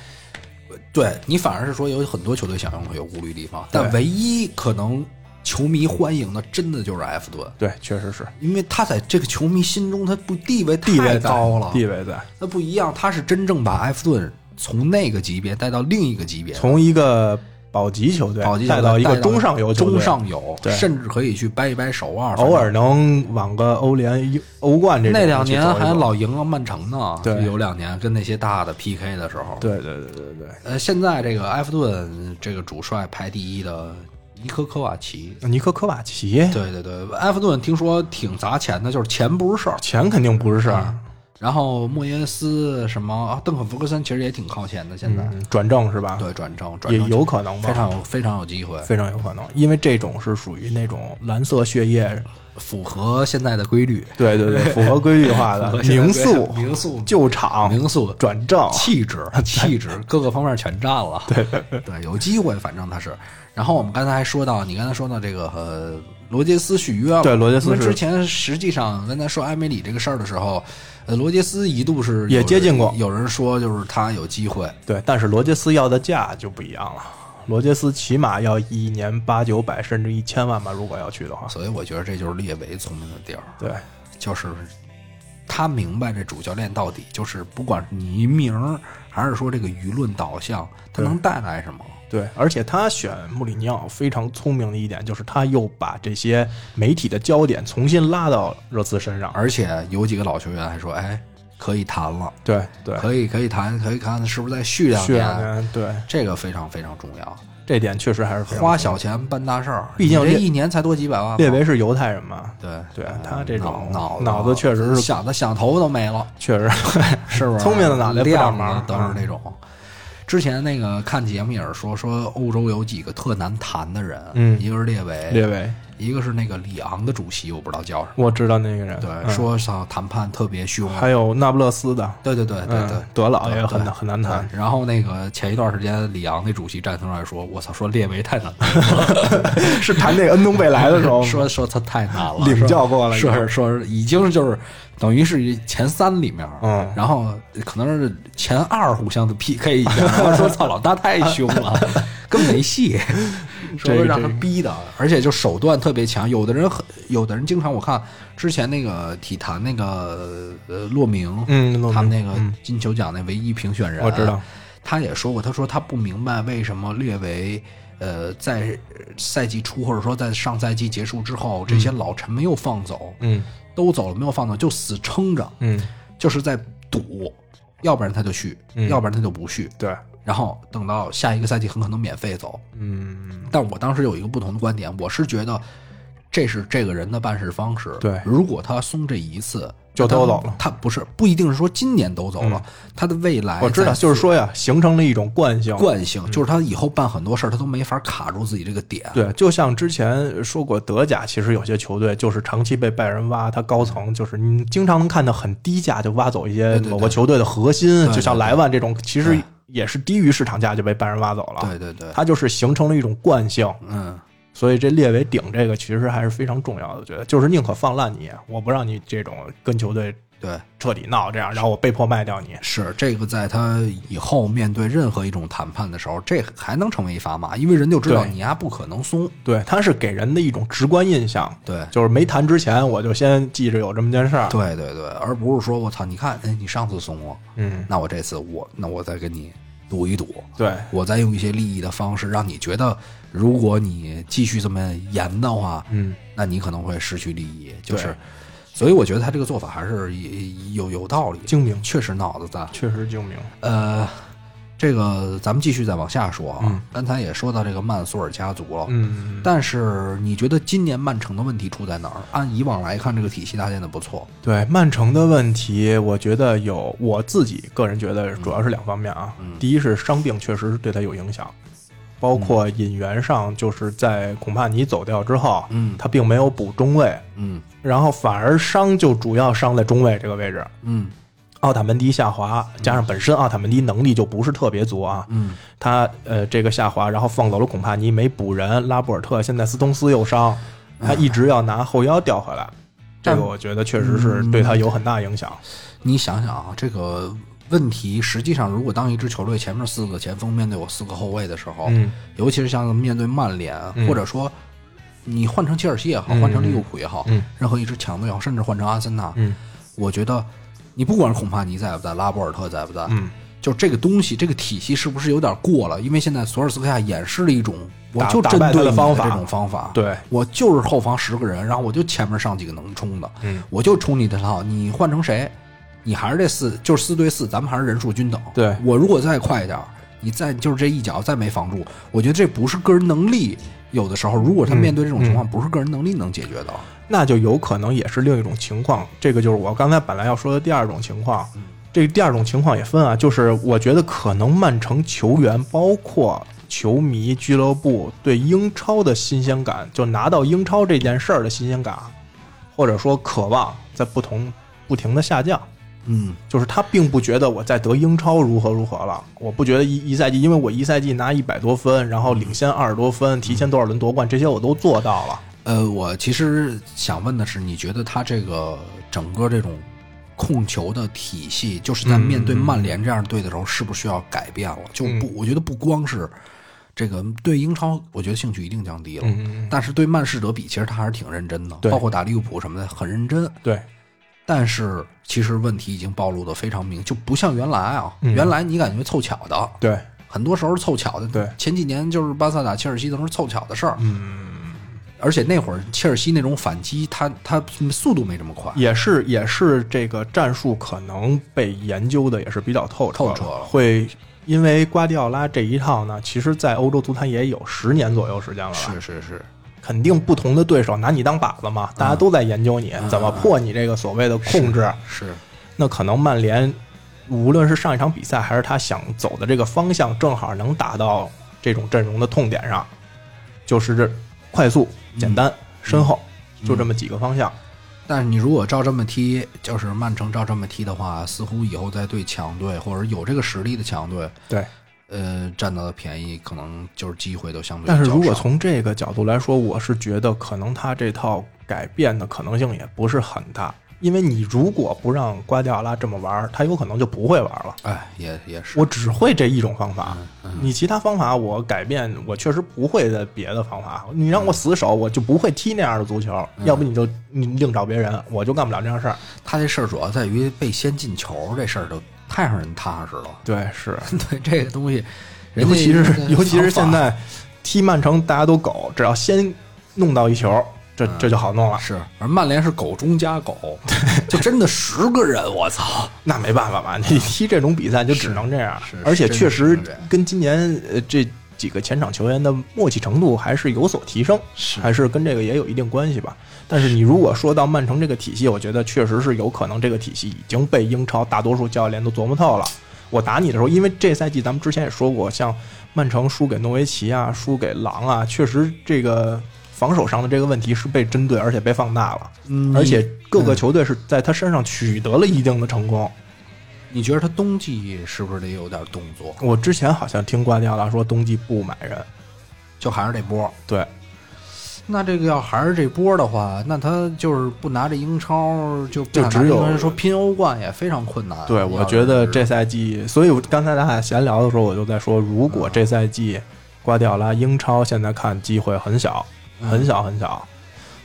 Speaker 1: 对你反而是说有很多球队想用他有顾虑的地方，但
Speaker 2: 对
Speaker 1: 唯一可能球迷欢迎的，真的就是埃弗顿，
Speaker 2: 对，确实是
Speaker 1: 因为他在这个球迷心中，他不地位
Speaker 2: 地位
Speaker 1: 太
Speaker 2: 在
Speaker 1: 高了，
Speaker 2: 地位在
Speaker 1: 那不一样，他是真正把埃弗顿从那个级别带到另一个级别，
Speaker 2: 从一个保级球队
Speaker 1: 保级
Speaker 2: 带
Speaker 1: 到
Speaker 2: 到一个中上游球队
Speaker 1: 中上游，
Speaker 2: 对
Speaker 1: 甚至可以去掰一掰手腕。
Speaker 2: 偶尔能往个欧联、欧冠这种
Speaker 1: 那两
Speaker 2: 去
Speaker 1: 年
Speaker 2: 走一走
Speaker 1: 还老赢了曼城呢，
Speaker 2: 对
Speaker 1: 有两年跟那些大的 PK 的时候。
Speaker 2: 对对对对对，
Speaker 1: 呃，现在这个埃弗顿这个主帅排第一的尼科科瓦奇，
Speaker 2: 尼科科瓦奇
Speaker 1: 对对对，埃弗顿听说挺砸钱的，就是钱不是事儿。
Speaker 2: 钱肯定不是事儿
Speaker 1: 嗯，然后莫耶斯什么啊，邓肯弗格森其实也挺靠前的，现在、
Speaker 2: 嗯，转正是吧？
Speaker 1: 对转正转
Speaker 2: 也
Speaker 1: 正
Speaker 2: 有可能吧，
Speaker 1: 非常有非常有机会，
Speaker 2: 非常有可能，因为这种是属于那种蓝色血液，
Speaker 1: 符合现在的规律，
Speaker 2: 对对对，符合规律化的
Speaker 1: 符合现在
Speaker 2: 名
Speaker 1: 规律
Speaker 2: 宿、
Speaker 1: 名宿
Speaker 2: 救场、
Speaker 1: 名宿
Speaker 2: 转正，
Speaker 1: 气
Speaker 2: [laughs]
Speaker 1: 质气质各个方面全占了，对对，有机会，反正他是。然后我们刚才还说到，你刚才说到这个呃，罗杰斯续约了，
Speaker 2: 对罗杰斯
Speaker 1: 因为
Speaker 2: 是
Speaker 1: 之前实际上刚才说埃梅里这个事儿的时候，呃，罗杰斯一度是有
Speaker 2: 也
Speaker 1: 人
Speaker 2: 接近过
Speaker 1: 有人说就是他有机会，
Speaker 2: 对，但是罗杰斯要的价就不一样了。罗杰斯起码要一年八九百甚至一千万吧，如果要去的话。
Speaker 1: 所以我觉得这就是列维聪明的地儿，
Speaker 2: 对，
Speaker 1: 就是他明白这主教练到底就是不管是你名儿还是说这个舆论导向，他能带来什么。
Speaker 2: 对，而且他选穆里尼奥非常聪明的一点就是，他又把这些媒体的焦点重新拉到热刺身上。
Speaker 1: 而且有几个老球员还说，哎，可以谈了，
Speaker 2: 对对，
Speaker 1: 可啊以可以谈，可以看是不是再续两
Speaker 2: 去两年，对，
Speaker 1: 这个非常非常重要，
Speaker 2: 这点确实还是非常
Speaker 1: 花小钱办大事儿，
Speaker 2: 毕竟
Speaker 1: 你这
Speaker 2: 列
Speaker 1: 一年才多几百万嘛，
Speaker 2: 列维是犹太人嘛，
Speaker 1: 对
Speaker 2: 对他这种
Speaker 1: 脑
Speaker 2: 脑子确实是
Speaker 1: 想的想头发都没了，
Speaker 2: 确实 [laughs]
Speaker 1: 是不是？
Speaker 2: 聪明的脑袋不嗯长
Speaker 1: 亮
Speaker 2: 毛
Speaker 1: 的都是那种。之前那个看节目也是说，说欧洲有几个特难谈的人，
Speaker 2: 嗯
Speaker 1: 一个是列维，
Speaker 2: 列维，
Speaker 1: 一个是那个里昂的主席，我不知道叫什么，
Speaker 2: 我知道那个人，
Speaker 1: 对，
Speaker 2: 嗯
Speaker 1: 说上谈判特别凶，啊
Speaker 2: 还有那不勒斯的，
Speaker 1: 对对对对对，
Speaker 2: 嗯德老也
Speaker 1: 对
Speaker 2: 很
Speaker 1: 对
Speaker 2: 难很难谈，
Speaker 1: 啊对然后那个前一段时间，里昂那主席站出来说：“我操，说列维太难了，
Speaker 2: [laughs] [laughs] 是谈那个恩东贝莱的时候
Speaker 1: 说 [laughs] 说他太难了，
Speaker 2: 领教过了，
Speaker 1: 说是说是已经就是等于是前三里面，
Speaker 2: 嗯
Speaker 1: 然后可能是前二互相的 PK 一下，然后说操老大太凶
Speaker 2: [laughs]
Speaker 1: 了，根本没戏，
Speaker 2: 这
Speaker 1: 说
Speaker 2: 个
Speaker 1: 让他
Speaker 2: 这个
Speaker 1: 逼的，而且就手段特别强，有的人很，有的人经常我看之前那个体坛那个呃骆明，
Speaker 2: 嗯骆明
Speaker 1: 他们那个
Speaker 2: 嗯
Speaker 1: 金球奖那唯一评选人，
Speaker 2: 我知道。
Speaker 1: 呃他也说过，他说他不明白为什么列维，呃，在赛季初或者说在上赛季结束之后，这些老臣没有放走，
Speaker 2: 嗯
Speaker 1: 都走了没有放走，就死撑着，
Speaker 2: 嗯，
Speaker 1: 就是在赌，要不然他就续，
Speaker 2: 嗯
Speaker 1: 要不然他就不续，
Speaker 2: 对，
Speaker 1: 然后等到下一个赛季很可能免费走。
Speaker 2: 嗯
Speaker 1: 但我当时有一个不同的观点，我是觉得这是这个人的办事方式。
Speaker 2: 对
Speaker 1: 如果他松这一次，
Speaker 2: 就都走了嗯
Speaker 1: 他不是不一定是说今年都走了，他的未来
Speaker 2: 我知道，
Speaker 1: 在
Speaker 2: 就是说呀，形成了一种惯性，
Speaker 1: 嗯惯性，就是他以后办很多事儿，他都没法卡住自己这个点。
Speaker 2: 对，就像之前说过，德甲其实有些球队就是长期被拜仁挖，他高层就是你经常能看到很低价就挖走一些
Speaker 1: 嗯对对
Speaker 2: 某个球队的核心，
Speaker 1: 对
Speaker 2: 就像莱万这种，其实
Speaker 1: 对
Speaker 2: 也是低于市场价就被拜仁挖走了。
Speaker 1: 对对对，
Speaker 2: 他就是形成了一种惯性，
Speaker 1: 嗯，
Speaker 2: 所以这列为顶这个其实还是非常重要的。我觉得就是宁可放烂你，我不让你这种跟球队
Speaker 1: 对，
Speaker 2: 彻底闹这样，然后我被迫卖掉你。
Speaker 1: 是这个，在他以后面对任何一种谈判的时候，这还能成为一砝码，因为人就知道
Speaker 2: 对
Speaker 1: 你丫不可能松。
Speaker 2: 对，他是给人的一种直观印象，
Speaker 1: 对，
Speaker 2: 就是没谈之前我就先记着有这么件事儿。
Speaker 1: 对对对，而不是说我操，你看，哎，你上次松了，
Speaker 2: 嗯，
Speaker 1: 那我这次我那我再跟你赌一赌，
Speaker 2: 对，
Speaker 1: 我再用一些利益的方式让你觉得，如果你继续这么严的话，
Speaker 2: 嗯。
Speaker 1: 那你可能会失去利益，就
Speaker 2: 对
Speaker 1: 是。所以我觉得他这个做法还是也有有道理，
Speaker 2: 精明
Speaker 1: 确实脑子大。
Speaker 2: 确实精明。
Speaker 1: 呃，这个咱们继续再往下说啊。
Speaker 2: 嗯
Speaker 1: 刚才也说到这个曼索尔家族了，
Speaker 2: 嗯，
Speaker 1: 但是你觉得今年曼城的问题出在哪儿？按以往来看，这个体系搭建的不错，
Speaker 2: 对曼城的问题，我觉得有我自己个人觉得主要是两方面啊。
Speaker 1: 嗯
Speaker 2: 第一是伤病确实是对他有影响，包括引援上，就是在孔帕尼走掉之后，
Speaker 1: 嗯
Speaker 2: 他并没有补中卫，
Speaker 1: 嗯
Speaker 2: 然后反而伤就主要伤在中卫这个位置。
Speaker 1: 嗯
Speaker 2: 奥塔门迪下滑，加上本身奥塔门迪能力就不是特别足啊，
Speaker 1: 嗯，
Speaker 2: 他呃这个下滑，然后放走了孔帕尼，没补人，拉波尔特现在斯通斯又伤，他一直要拿后腰调回来，这
Speaker 1: 但嗯
Speaker 2: 个我觉得确实是对他有很大影响。
Speaker 1: 你想想啊，这个问题实际上，如果当一支球队前面四个前锋面对我四个后卫的时候，
Speaker 2: 嗯
Speaker 1: 尤其是像面对曼联，或者说你换成切尔西也好，
Speaker 2: 嗯
Speaker 1: 换成利物浦也好，
Speaker 2: 嗯
Speaker 1: 任何一支强队也好，甚至换成阿森纳，
Speaker 2: 嗯
Speaker 1: 我觉得你不管是孔帕尼在不在，拉波尔特在不在，
Speaker 2: 嗯，
Speaker 1: 就这个东西，这个体系是不是有点过了？因为现在索尔斯克亚演示了一种我
Speaker 2: 打
Speaker 1: 就针
Speaker 2: 打败他
Speaker 1: 对
Speaker 2: 的
Speaker 1: 你
Speaker 2: 方法
Speaker 1: 这种方法，
Speaker 2: 对，
Speaker 1: 我就是后防十个人，然后我就前面上几个能冲的，
Speaker 2: 嗯，
Speaker 1: 我就冲你这套，你换成谁，你还是这四，就是四对四，咱们还是人数均等。
Speaker 2: 对
Speaker 1: 我如果再快一点，你再就是这一脚再没防住，我觉得这不是个人能力。有的时候，如果
Speaker 2: 嗯
Speaker 1: 他面对这种情况，不是个人能力能解决的。
Speaker 2: 那就有可能也是另一种情况。这个就是我刚才本来要说的第二种情况。这第二种情况也分啊，就是我觉得可能曼城球员包括球迷、俱乐部对英超的新鲜感，就拿到英超这件事儿的新鲜感，或者说渴望在不同不停的下降。
Speaker 1: 嗯，
Speaker 2: 就是他并不觉得我在得英超如何如何了，我不觉得一一赛季，因为我一赛季拿一百多分，然后领先二十多分，提前多少轮夺冠，这些我都做到了。
Speaker 1: 呃，我其实想问的是，你觉得他这个整个这种控球的体系，就是在面对曼联这样队的时候，是不是需要改变了？就
Speaker 2: 嗯
Speaker 1: 不，我觉得不光是这个对英超，我觉得兴趣一定降低了。
Speaker 2: 嗯嗯，
Speaker 1: 但是对曼市德比，其实他还是挺认真的，
Speaker 2: 对
Speaker 1: 包括打利物浦什么的，很认真。
Speaker 2: 对，
Speaker 1: 但是其实问题已经暴露的非常明，就不像原来啊，
Speaker 2: 嗯
Speaker 1: 原来你感觉凑巧的，
Speaker 2: 对，
Speaker 1: 很多时候是凑巧的。
Speaker 2: 对
Speaker 1: 前几年就是巴萨打切尔西的时候凑巧的事儿，
Speaker 2: 嗯，
Speaker 1: 而且那会儿切尔西那种反击，他他速度没这么快。
Speaker 2: 也是也是这个战术可能被研究的也是比较透彻的，
Speaker 1: 透彻了
Speaker 2: 会因为瓜迪奥拉这一套呢，其实在欧洲足坛也有十年左右时间了吧，
Speaker 1: 是是是，
Speaker 2: 肯定不同的对手拿你当靶子嘛，大家都在研究你、怎么破你这个所谓的控制，
Speaker 1: 嗯是
Speaker 2: 那可能曼联无论是上一场比赛还是他想走的这个方向，正好能打到这种阵容的痛点上，就是这快速、
Speaker 1: 嗯
Speaker 2: 简单、身后，就这么几个方向。
Speaker 1: 但是你如果照这么踢，就是曼城照这么踢的话，似乎以后再对强队或者有这个实力的强队，
Speaker 2: 对，
Speaker 1: 呃，占到的便宜可能就是机会都相对
Speaker 2: 但是如
Speaker 1: 较
Speaker 2: 果
Speaker 1: 少
Speaker 2: 从这个角度来说，我是觉得可能他这套改变的可能性也不是很大，因为你如果不让瓜迪奥拉这么玩儿，他有可能就不会玩了。
Speaker 1: 哎，也也是，
Speaker 2: 我只会这一种方法，你其他方法我改变，我确实不会的别的方法。你让我死守，我就不会踢那样的足球。要不你就你另找别人，我就干不了这样事儿。
Speaker 1: 他这事儿主要在于被先进球这事儿，就太让人踏实了。 [laughs]
Speaker 2: 对，是，
Speaker 1: 对这个东西，人
Speaker 2: 尤
Speaker 1: 家
Speaker 2: 其
Speaker 1: 在
Speaker 2: 是尤其是现
Speaker 1: 防
Speaker 2: 在踢曼城，大家都狗，只要先弄到一球，这这就好弄了
Speaker 1: 法。是，而曼联是狗中加狗，就真的十个人，我操！
Speaker 2: 那没办法吧，你踢这种比赛就只能这样
Speaker 1: 啊是是。
Speaker 2: 而且确实
Speaker 1: 真的是这样
Speaker 2: 跟今年呃这几个前场球员的默契程度还是有所提升，
Speaker 1: 是
Speaker 2: 还是跟这个也有一定关系吧。但是你如果说到曼城这个体系，我觉得确实是有可能这个体系已经被英超大多数教练都琢磨透了。我打你的时候，因为这赛季咱们之前也说过，像曼城输给诺维奇啊，输给狼啊，确实这个防守上的这个问题是被针对，而且被放大了，
Speaker 1: 嗯
Speaker 2: 而且各个球队是在他身上取得了一定的成功。
Speaker 1: 你觉得他冬季是不是得有点动作？
Speaker 2: 我之前好像听瓜迪奥拉说冬季不买人，
Speaker 1: 就还是这波？
Speaker 2: 对，
Speaker 1: 那这个要还是这波的话，那他就是不拿这英超，就不
Speaker 2: 就
Speaker 1: 拿
Speaker 2: 只有
Speaker 1: 英超说拼欧冠也非常困难。
Speaker 2: 对，我觉得这赛季，所以我刚才咱俩闲聊的时候，我就在说，如果这赛季瓜迪奥拉英超现在看机会很小，
Speaker 1: 嗯
Speaker 2: 很小很小。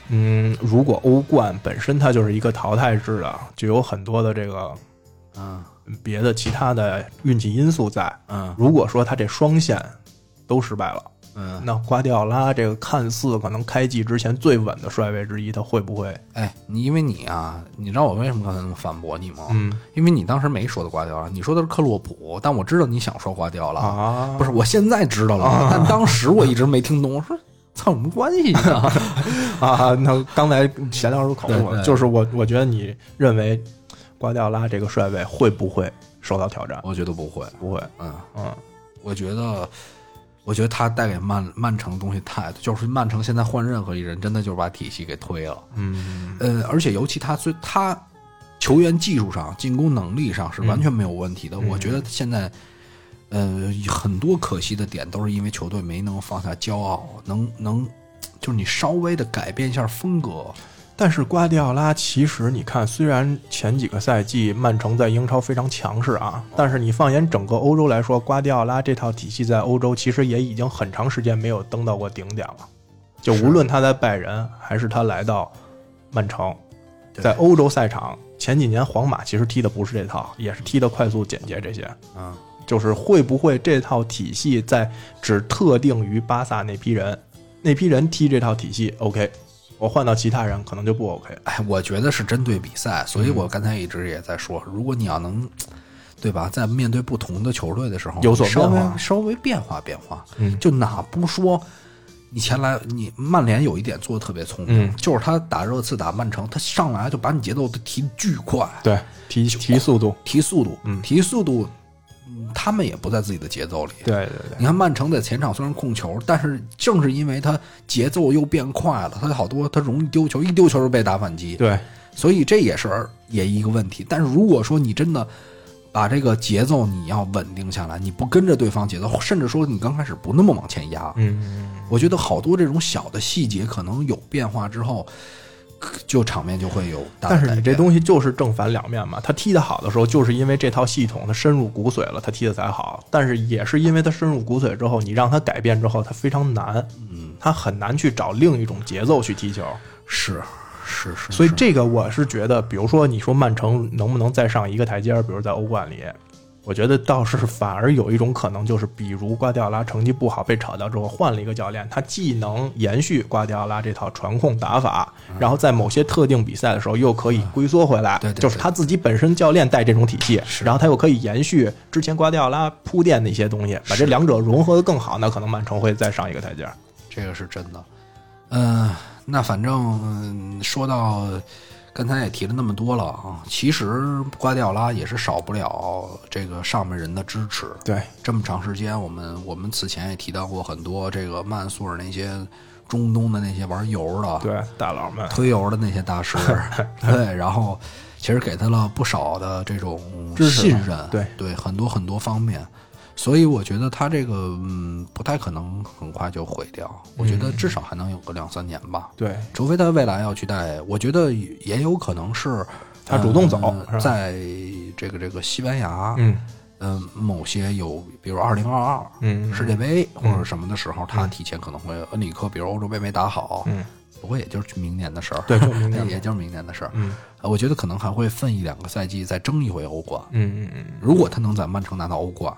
Speaker 2: 嗯，如果欧冠本身它就是一个淘汰制的，就有很多的这个
Speaker 1: 嗯
Speaker 2: 别的其他的运气因素在。
Speaker 1: 嗯
Speaker 2: 如果说他这双线都失败了，
Speaker 1: 嗯，
Speaker 2: 那瓜迪奥拉这个看似可能开季之前最稳的帅位之一，他会不会？
Speaker 1: 哎，你因为你啊，你知道我为什么刚才那么反驳你吗？
Speaker 2: 嗯
Speaker 1: 因为你当时没说的瓜迪奥拉，你说的是克洛普，但我知道你想说瓜迪奥拉，
Speaker 2: 啊，
Speaker 1: 不是，我现在知道了，但当时我一直没听懂，我说操有什么关系呢？
Speaker 2: [laughs] 啊，那刚才闲聊时候口误
Speaker 1: 对对
Speaker 2: 了，就是我我觉得你认为瓜迪奥拉这个帅位会不会受到挑
Speaker 1: [laughs]
Speaker 2: 战？
Speaker 1: 我觉得不会，
Speaker 2: 不会，
Speaker 1: 嗯，
Speaker 2: 嗯，
Speaker 1: 我觉得，我觉得他带给曼曼城的东西太，就是曼城现在换任何一人，真的就是把体系给推了，
Speaker 2: 嗯，
Speaker 1: 呃，而且尤其他最他球员技术上、进攻能力上是完全没有问题的，我觉得现在。呃，很多可惜的点都是因为球队没能放下骄傲，能能，就是你稍微的改变一下风格，
Speaker 2: 但是瓜迪奥拉其实你看，虽然前几个赛季曼城在英超非常强势啊，但是你放眼整个欧洲来说，瓜迪奥拉这套体系在欧洲其实也已经很长时间没有登到过顶点了。就无论他在拜仁还是他来到曼城，在欧洲赛场前几年皇马其实踢的不是这套，也是踢的快速简洁这些。
Speaker 1: 嗯，
Speaker 2: 就是会不会这套体系在只特定于巴萨那批人，那批人踢这套体系 OK，我换到其他人可能就不 OK。
Speaker 1: 哎，我觉得是针对比赛，所
Speaker 2: 嗯
Speaker 1: 以我刚才一直也在说，如果你要能，对吧，在面对不同的球队的时候，
Speaker 2: 有所
Speaker 1: 稍
Speaker 2: 变
Speaker 1: 微
Speaker 2: 化
Speaker 1: 稍微变化变化，
Speaker 2: 嗯
Speaker 1: 就哪不说。你前来，你曼联有一点做的特别聪明，
Speaker 2: 嗯
Speaker 1: 就是他打热刺、打曼城，他上来就把你节奏都提巨快，
Speaker 2: 对，提提速度，
Speaker 1: 提速度，
Speaker 2: 嗯
Speaker 1: 提速度，嗯他们也不在自己的节奏里。
Speaker 2: 对对对，
Speaker 1: 你看曼城在前场虽然控球，但是正是因为他节奏又变快了，他好多他容易丢球，一丢球就被打反击，
Speaker 2: 对
Speaker 1: 所以这也是也一个问题。但是如果说你真的把这个节奏你要稳定下来，你不跟着对方节奏，甚至说你刚开始不那么往前压，
Speaker 2: 嗯，
Speaker 1: 我觉得好多这种小的细节可能有变化之后，就场面就会有大的
Speaker 2: 但
Speaker 1: 改变。
Speaker 2: 是你这东西就是正反两面嘛。他踢得好的时候，就是因为这套系统它深入骨髓了，他踢得才好。但是也是因为他深入骨髓之后，你让他改变之后，他非常难，
Speaker 1: 嗯，
Speaker 2: 他很难去找另一种节奏去踢球。
Speaker 1: 是是是，
Speaker 2: 所以
Speaker 1: 是
Speaker 2: 这个我是觉得，比如说你说曼城能不能再上一个台阶儿，比如在欧冠里，我觉得倒是反而有一种可能，就是比如瓜迪奥拉成绩不好被炒掉之后，换了一个教练，他既能延续瓜迪奥拉这套传控打
Speaker 1: 啊
Speaker 2: 法，然后在某些特定比赛的时候又可以龟缩回来
Speaker 1: 对，对
Speaker 2: 就是他自己本身教练带这种体系，然后他又可以延续之前瓜迪奥拉铺垫的一些东西，把这两者融合的更好，那可能曼城会再上一个台阶儿。
Speaker 1: 这个是真的。嗯、那反正、嗯说到刚才也提了那么多了啊，其实瓜迪奥拉也是少不了这个上面人的支持。
Speaker 2: 对，
Speaker 1: 这么长时间，我们我们此前也提到过很多这个曼苏尔那些中东的那些玩油的，
Speaker 2: 对，大佬们，
Speaker 1: 推油的那些大
Speaker 2: [laughs]
Speaker 1: 师，对，然后其实给他了不少的这种
Speaker 2: 支持吧
Speaker 1: 信任，
Speaker 2: 对
Speaker 1: 很多很多方面，所以我觉得他这个嗯不太可能很快就毁掉，我觉得
Speaker 2: 嗯
Speaker 1: 至少还能有个两三年吧，
Speaker 2: 对，
Speaker 1: 除非他未来要去带，我觉得也有可能是
Speaker 2: 他主动走
Speaker 1: 呃
Speaker 2: 是吧
Speaker 1: 在这个这个西班牙，
Speaker 2: 嗯
Speaker 1: 嗯、某些有比如二零二二。
Speaker 2: 嗯，
Speaker 1: 世界杯或者什么的时候，他提前可能会恩里克，比如欧洲杯没打好，
Speaker 2: 嗯，
Speaker 1: 不过也就是明年的事儿，
Speaker 2: 对，就明年吧
Speaker 1: [laughs] 也就是明年的事儿。
Speaker 2: 嗯
Speaker 1: 呃我觉得可能还会分一两个赛季再争一回欧冠。
Speaker 2: 嗯嗯嗯，
Speaker 1: 如果他能在曼城拿到欧冠，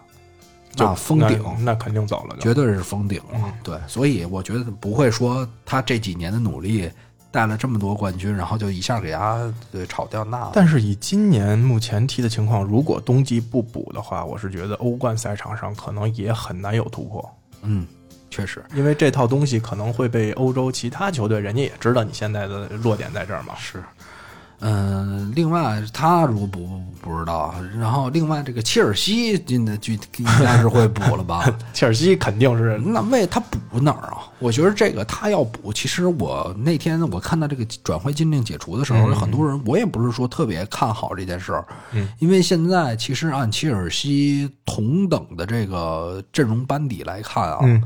Speaker 1: 那封顶
Speaker 2: 那肯定走了就。
Speaker 1: 绝对是封顶了。对，所以我觉得不会说他这几年的努力带了这么多冠军，然后就一下给他对炒掉那。
Speaker 2: 但是以今年目前踢的情况，如果冬季不补的话，我是觉得欧冠赛场上可能也很难有突破，
Speaker 1: 嗯，确实
Speaker 2: 因为这套东西可能会被欧洲其他球队，人家也知道你现在的弱点在这儿嘛。
Speaker 1: 是。嗯，另外他如果不不知道，啊然后另外这个切尔西进的就应该是会补了吧？
Speaker 2: 切尔西肯定是，
Speaker 1: 那为他补哪儿啊？我觉得这个他要补，其实我那天我看到这个转会禁令解除的时候，有很多人我也不是说特别看好这件事儿，
Speaker 2: 嗯，
Speaker 1: 因为现在其实按切尔西同等的这个阵容班底来看啊，
Speaker 2: 嗯，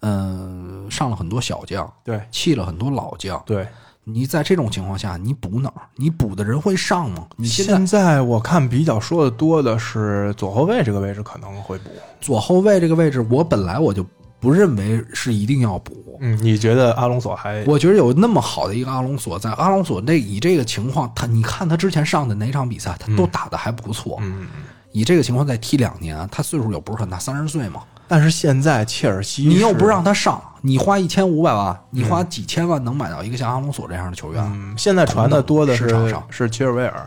Speaker 1: 嗯、上了很多小将，
Speaker 2: 对
Speaker 1: 弃了很多老将，
Speaker 2: 对。
Speaker 1: 你在这种情况下，你补哪儿？你补的人会上吗？你现在
Speaker 2: 现在我看比较说的多的是左后卫这个位置可能会补，
Speaker 1: 左后卫这个位置，我本来我就不认为是一定要补，
Speaker 2: 嗯，你觉得阿隆索还
Speaker 1: 我觉得有那么好的一个阿隆索在，阿隆索那以这个情况，他你看他之前上的哪场比赛，他都打的还不错。
Speaker 2: 嗯，
Speaker 1: 以这个情况再踢两年，他岁数也不是很大，三十岁嘛。
Speaker 2: 但是现在切尔西
Speaker 1: 你又不
Speaker 2: 是
Speaker 1: 让他上，你花一千五百万，你花几千万能买到一个像阿隆索这样的球员？
Speaker 2: 嗯，现在传的多的
Speaker 1: 市
Speaker 2: 是
Speaker 1: 场上
Speaker 2: 是切尔维尔，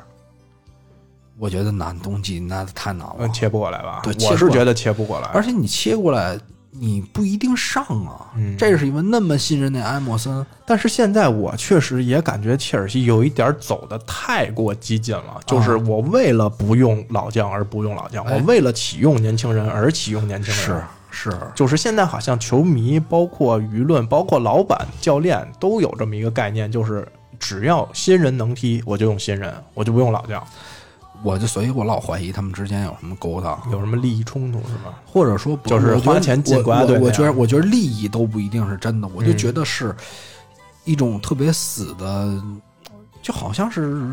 Speaker 1: 我觉得难，冬季那太难了
Speaker 2: 嗯，。切不过来吧？
Speaker 1: 对切
Speaker 2: 我
Speaker 1: 不
Speaker 2: 是
Speaker 1: 过来
Speaker 2: 觉得切不过来。
Speaker 1: 而且你切过来，你不一定上啊。
Speaker 2: 嗯
Speaker 1: 这是因为那么信任那埃莫森，
Speaker 2: 但是现在我确实也感觉切尔西有一点走的太过激进了，就是我为了不用老将而不用老将，
Speaker 1: 哎
Speaker 2: 我为了启用年轻人而启用年轻人。
Speaker 1: 是是，
Speaker 2: 就是现在好像球迷、包括舆论、包括老板、教练都有这么一个概念，就是只要新人能踢，我就用新人，我就不用老将。
Speaker 1: 我就所以我老怀疑他们之间有什么勾当。
Speaker 2: 有什么利益冲突是吗？
Speaker 1: 或者说不
Speaker 2: 就是
Speaker 1: 我觉得
Speaker 2: 花钱进国家
Speaker 1: 我我
Speaker 2: 队
Speaker 1: 我
Speaker 2: 那样
Speaker 1: 觉得，我觉得利益都不一定是真的，我就觉得是一种特别死的，就好像是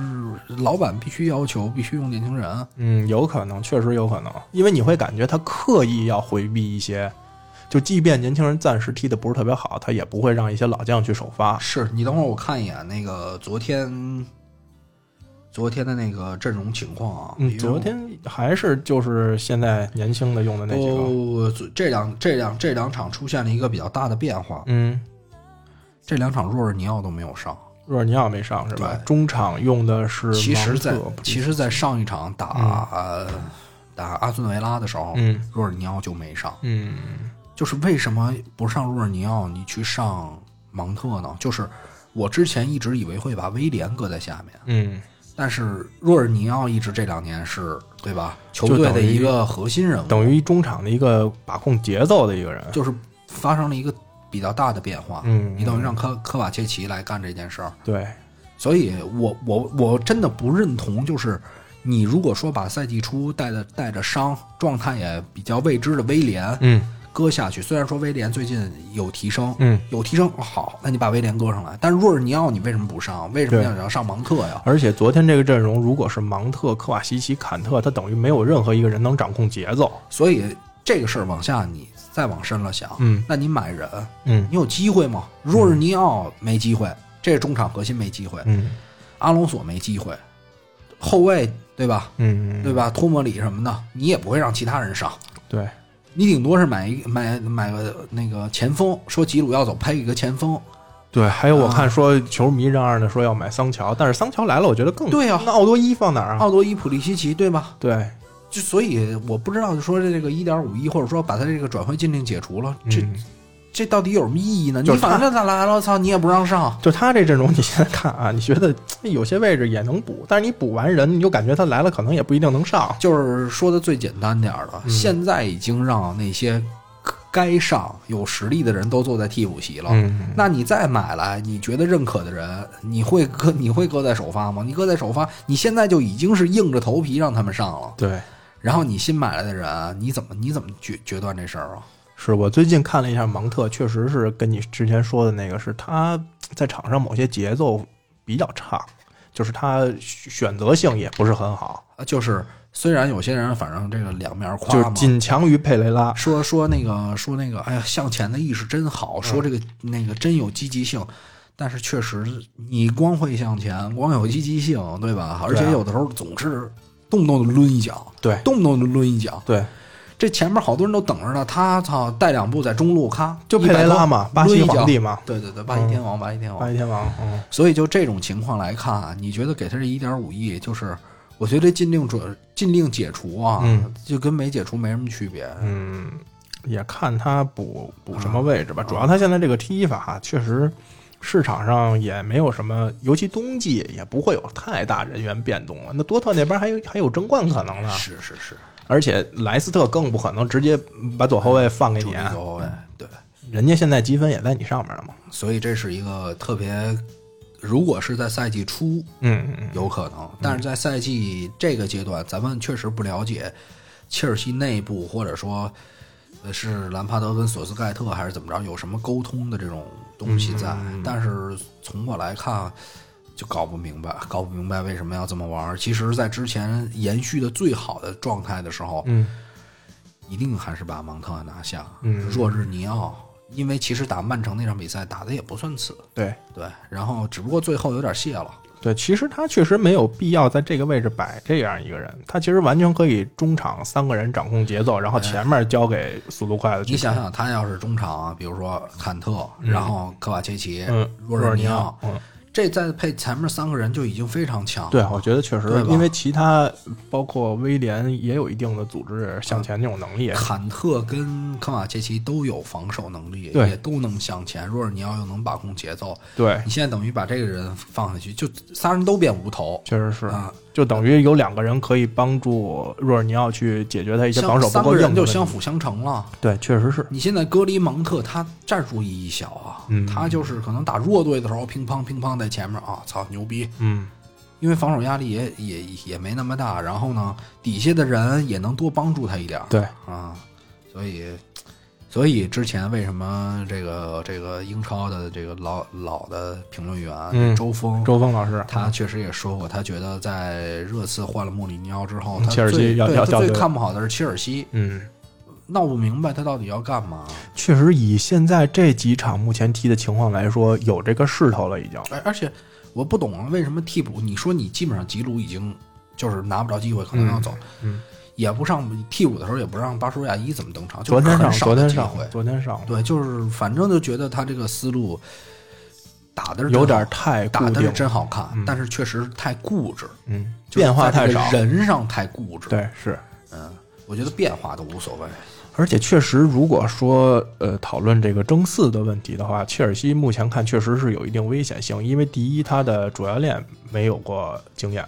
Speaker 1: 老板必须要求必须用年轻人。啊
Speaker 2: 嗯，有可能，确实有可能，因为你会感觉他刻意要回避一些就即便年轻人暂时踢的不是特别好，他也不会让一些老将去首发。
Speaker 1: 是你等会儿我看一眼那个昨天昨天的那个阵容情况啊。因
Speaker 2: 嗯，
Speaker 1: 为
Speaker 2: 昨天还是就是现在年轻的用的那几个，
Speaker 1: 不，这两这两这两场出现了一个比较大的变化，
Speaker 2: 嗯，
Speaker 1: 这两场若尔尼奥都没有上。
Speaker 2: 若尔尼奥没上是吧？
Speaker 1: 对
Speaker 2: 中场用的是
Speaker 1: 其实
Speaker 2: 芒
Speaker 1: 在，
Speaker 2: 特
Speaker 1: 其实，在上一场打、呃打阿斯顿维拉的时候，
Speaker 2: 嗯
Speaker 1: 若尔尼奥就没上。
Speaker 2: 嗯
Speaker 1: 就是为什么不上若尔尼奥，你去上芒特呢？就是我之前一直以为会把威廉搁在下面，
Speaker 2: 嗯，
Speaker 1: 但是若尔尼奥一直这两年是对吧？球
Speaker 2: 就
Speaker 1: 队
Speaker 2: 等
Speaker 1: 的
Speaker 2: 于
Speaker 1: 一个核心人物，
Speaker 2: 等于中场的一个把控节奏的一个人，
Speaker 1: 就是发生了一个比较大的变化。
Speaker 2: 嗯，
Speaker 1: 你等于让科科瓦切奇来干这件事儿，
Speaker 2: 对，
Speaker 1: 所以我我我真的不认同，就是你如果说把赛季初带着带着伤、状态也比较未知的威廉
Speaker 2: 嗯
Speaker 1: 搁下去，虽然说威廉最近有提升，
Speaker 2: 嗯，
Speaker 1: 有提升好，那你把威廉搁上来，但是若尔尼奥你为什么不上？为什么
Speaker 2: 对
Speaker 1: 要要上芒特呀？
Speaker 2: 而且昨天这个阵容，如果是芒特、科瓦西奇、坎特，他等于没有任何一个人能掌控节奏。
Speaker 1: 所以这个事儿往下你再往深了想，
Speaker 2: 嗯
Speaker 1: 那你买人，
Speaker 2: 嗯
Speaker 1: 你有机会吗？若尔尼奥没机会，这是中场核心没机会，
Speaker 2: 嗯
Speaker 1: 阿隆索没机会，后卫对吧？
Speaker 2: 嗯，
Speaker 1: 对吧？托莫里什么的，你也不会让其他人上，
Speaker 2: 对，
Speaker 1: 你顶多是买一买买个那个前锋，说吉鲁要走，配一个前锋。
Speaker 2: 对，还有我看说球迷嚷嚷的说要买桑乔，但是桑乔来了，我觉得更
Speaker 1: 对呀
Speaker 2: 那奥多伊放哪儿啊？
Speaker 1: 奥多伊普利西奇对吧？
Speaker 2: 对，
Speaker 1: 就所以我不知道，就说这个一点五亿，或者说把他这个转会禁令解除了，这、
Speaker 2: 嗯
Speaker 1: 这到底有什么意义呢？你
Speaker 2: 就是他
Speaker 1: 反正他来了，操，你也不让上。
Speaker 2: 就他这阵容，你现在看啊，你觉得哎有些位置也能补，但是你补完人，你就感觉他来了可能也不一定能上。
Speaker 1: 就是说的最简单点儿的，
Speaker 2: 嗯
Speaker 1: 现在已经让那些该上有实力的人都坐在替补席了。
Speaker 2: 嗯，
Speaker 1: 那你再买来，你觉得认可的人，你会搁 [laughs] 你会搁在首发吗？你搁在首发，你现在就已经是硬着头皮让他们上了。
Speaker 2: 对，
Speaker 1: 然后你新买来的人，啊你怎么你怎么决决断这事儿啊？
Speaker 2: 是我最近看了一下芒特，确实是跟你之前说的那个，是他在场上某些节奏比较差，就是他选择性也不是很好，
Speaker 1: 啊，就是虽然有些人反正这个两面夸
Speaker 2: 就是
Speaker 1: 嘛，
Speaker 2: 仅强于佩雷拉。
Speaker 1: 说说那个说那个，哎呀，向前的意识真
Speaker 2: 嗯
Speaker 1: 好，说这个、那个真有积极性。但是确实，你光会向前，光有积极性，对吧？而
Speaker 2: 对啊
Speaker 1: 且有的时候总是动不动就抡一脚，
Speaker 2: 对
Speaker 1: 动不动就抡一脚。
Speaker 2: 对，
Speaker 1: 这前面好多人都等着呢，他操带两步在中路，咔
Speaker 2: 就佩雷拉嘛，巴西皇，
Speaker 1: 一
Speaker 2: 帝嘛
Speaker 1: 百，多抡一脚对对对，巴西天王，巴西天
Speaker 2: 巴
Speaker 1: 王。
Speaker 2: 西天王。嗯，
Speaker 1: 所以就这种情况来看啊，你觉得给他这一点五亿，就是我觉得禁令准禁令解除啊，
Speaker 2: 嗯
Speaker 1: 就跟没解除没什么区别。
Speaker 2: 嗯，也看他补补什么位置吧。主要他现在这个踢法确实市场上也没有什么，尤其冬季也不会有太大人员变动了。那多特那边还有还有争冠可能呢，
Speaker 1: 是是是，
Speaker 2: 而且莱斯特更不可能直接把左后卫放给
Speaker 1: 主
Speaker 2: 你啊
Speaker 1: 力，左后卫，
Speaker 2: 嗯
Speaker 1: 对。
Speaker 2: 人家现在积分也在你上面了嘛。
Speaker 1: 所以这是一个特别，如果是在赛季初
Speaker 2: 嗯嗯
Speaker 1: 有可能，但是在赛季这个阶段，咱们确实不了解切尔西内部或者说呃是兰帕德跟索斯盖特还是怎么着有什么沟通的这种东西
Speaker 2: 嗯
Speaker 1: 在。但是从我来看，就搞不明白，搞不明白为什么要这么玩儿。其实，在之前延续的最好的状态的时候，
Speaker 2: 嗯
Speaker 1: 一定还是把芒特拿下。
Speaker 2: 嗯
Speaker 1: 若日尼奥，因为其实打曼城那场比赛打的也不算次，
Speaker 2: 对
Speaker 1: 对，然后只不过最后有点泄了。
Speaker 2: 对，其实他确实没有必要在这个位置摆这样一个人，他其实完全可以中场三个人掌控节奏，然后前面交给速度快的去
Speaker 1: 你想想，他要是中场，比如说坎特，
Speaker 2: 嗯
Speaker 1: 然后科瓦切奇、
Speaker 2: 嗯，
Speaker 1: 若
Speaker 2: 尔
Speaker 1: 日尼
Speaker 2: 奥
Speaker 1: 奥，，
Speaker 2: 嗯，
Speaker 1: 这再配前面三个人就已经非常强。
Speaker 2: 对，我觉得确实
Speaker 1: 啊对，吧
Speaker 2: 因为其他包括威廉也有一定的组织向前这种
Speaker 1: [laughs]
Speaker 2: 能力，
Speaker 1: 坎特跟科瓦切奇都有防守能力，
Speaker 2: 对哎
Speaker 1: 也都能向前。若尔尼奥又能把控节奏，
Speaker 2: 对，
Speaker 1: 你现在等于把这个人放下去，就仨人都变无头
Speaker 2: 确实是，
Speaker 1: 啊，
Speaker 2: 就等于有两个人可以帮助若尔尼奥去解决他一些防守
Speaker 1: 相三
Speaker 2: 不够
Speaker 1: 个
Speaker 2: 硬的
Speaker 1: 人就
Speaker 2: 问题
Speaker 1: 相辅相成了。
Speaker 2: 对，确实是，
Speaker 1: 你现在戈里芒特他战术意义小啊，
Speaker 2: 嗯
Speaker 1: 他就是可能打弱队的时候乒乓乒乓在前面啊，操牛逼，
Speaker 2: 嗯，
Speaker 1: 因为防守压力也也也没那么大，然后呢底下的人也能多帮助他一点儿
Speaker 2: 对，
Speaker 1: 啊，所以所以之前为什么这个这个英超的这个老老的评论员、
Speaker 2: 嗯
Speaker 1: 周峰，
Speaker 2: 周峰老师，
Speaker 1: 他确实也说过，他觉得在热刺换了穆里尼奥之后，
Speaker 2: 嗯
Speaker 1: 他
Speaker 2: 切尔西
Speaker 1: 最
Speaker 2: 要
Speaker 1: 对
Speaker 2: 要
Speaker 1: 他
Speaker 2: 要
Speaker 1: 最
Speaker 2: 对
Speaker 1: 看不好的是切尔西，
Speaker 2: 嗯，
Speaker 1: 闹不明白他到底要干嘛。
Speaker 2: 确实，以现在这几场目前踢的情况来说，有这个势头了已经。
Speaker 1: 哎而而且我不懂啊，为什么替补？你说你基本上吉鲁已经就是拿不着机会，可能要走，
Speaker 2: 嗯，
Speaker 1: 也不上替补的时候也不让巴舒亚伊怎么登场，就
Speaker 2: 昨天上，
Speaker 1: 很
Speaker 2: 昨
Speaker 1: 的
Speaker 2: 天
Speaker 1: 机
Speaker 2: 上
Speaker 1: 会，。
Speaker 2: 昨天上，
Speaker 1: 对，就是反正就觉得他这个思路打的是
Speaker 2: 有
Speaker 1: 真
Speaker 2: 点
Speaker 1: 好
Speaker 2: 太固
Speaker 1: 打的
Speaker 2: 定
Speaker 1: 是，真好看，
Speaker 2: 嗯
Speaker 1: 但是确实太固执，
Speaker 2: 嗯，
Speaker 1: 就是
Speaker 2: 变化
Speaker 1: 在
Speaker 2: 太
Speaker 1: 这个
Speaker 2: 少，
Speaker 1: 人上太固执。，
Speaker 2: 对是。
Speaker 1: 嗯，我觉得变化都无所谓。
Speaker 2: 而且确实，如果说呃讨论这个争四的问题的话，切尔西目前看确实是有一定危险性，因为第一，他的主教练没有过经验，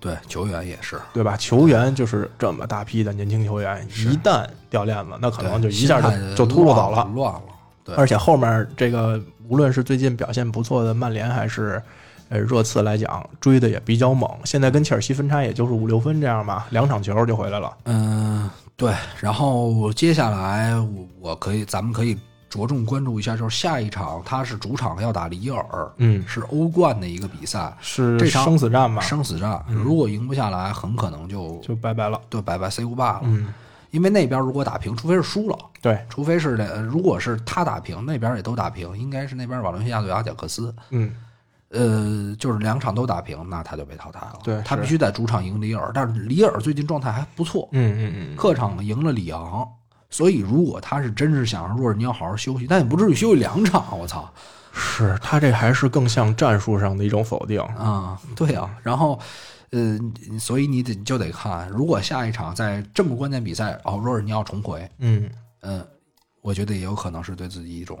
Speaker 1: 对，球员也是，
Speaker 2: 对吧？球员就是这么大批的年轻球员，一旦掉链子，那可能就
Speaker 1: 对
Speaker 2: 一下
Speaker 1: 心态
Speaker 2: 就就秃噜走
Speaker 1: 乱
Speaker 2: 了。
Speaker 1: 乱了。对，
Speaker 2: 而且后面这个，无论是最近表现不错的曼联，还是呃热刺来讲，追的也比较猛。现在跟切尔西分差也就是五六分这样吧，两场球就回来了。
Speaker 1: 嗯，对。然后接下来我我可以，咱们可以着重关注一下，就是下一场他是主场要打里尔，
Speaker 2: 嗯，
Speaker 1: 是欧冠的一个比赛，
Speaker 2: 是
Speaker 1: 这场
Speaker 2: 生死战吧，
Speaker 1: 生死战。如果赢不下来，很可能就
Speaker 2: 就拜拜了。
Speaker 1: 对拜拜 C 五八了。
Speaker 2: 嗯，
Speaker 1: 因为那边如果打平，除非是输了，
Speaker 2: 对，
Speaker 1: 除非是那如果是他打平，那边也都打平，应该是那边瓦伦西亚对阿贾克斯，
Speaker 2: 嗯。
Speaker 1: 呃，就是两场都打平，那他就被淘汰了。
Speaker 2: 对
Speaker 1: 他
Speaker 2: 是
Speaker 1: 必须在主场赢里尔，但是里尔最近状态还不错，
Speaker 2: 嗯嗯嗯，
Speaker 1: 客场赢了里昂，所以如果他是真是想让若日尼奥好好休息，但也不至于休息两场，我操
Speaker 2: 是他这还是更像战术上的一种否定。
Speaker 1: 啊、对啊，然后。呃，所以你得就得看，如果下一场在这么关键比赛，哦，若尔尼奥重回，
Speaker 2: 嗯，
Speaker 1: 嗯，我觉得也有可能是对自己一种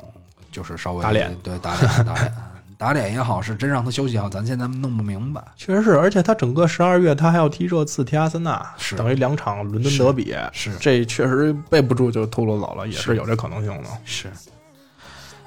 Speaker 1: 就是稍微
Speaker 2: 打脸，
Speaker 1: 对打脸打脸 [laughs] 打脸也好，是真让他休息也好，咱现在弄不明白。
Speaker 2: 确实是，而且他整个十二月他还要踢热刺、踢阿森纳，
Speaker 1: 是
Speaker 2: 等于两场伦敦德比，
Speaker 1: 是
Speaker 2: 这确实备不住就秃噜走了，也是
Speaker 1: 是
Speaker 2: 有这可能性的。
Speaker 1: 是，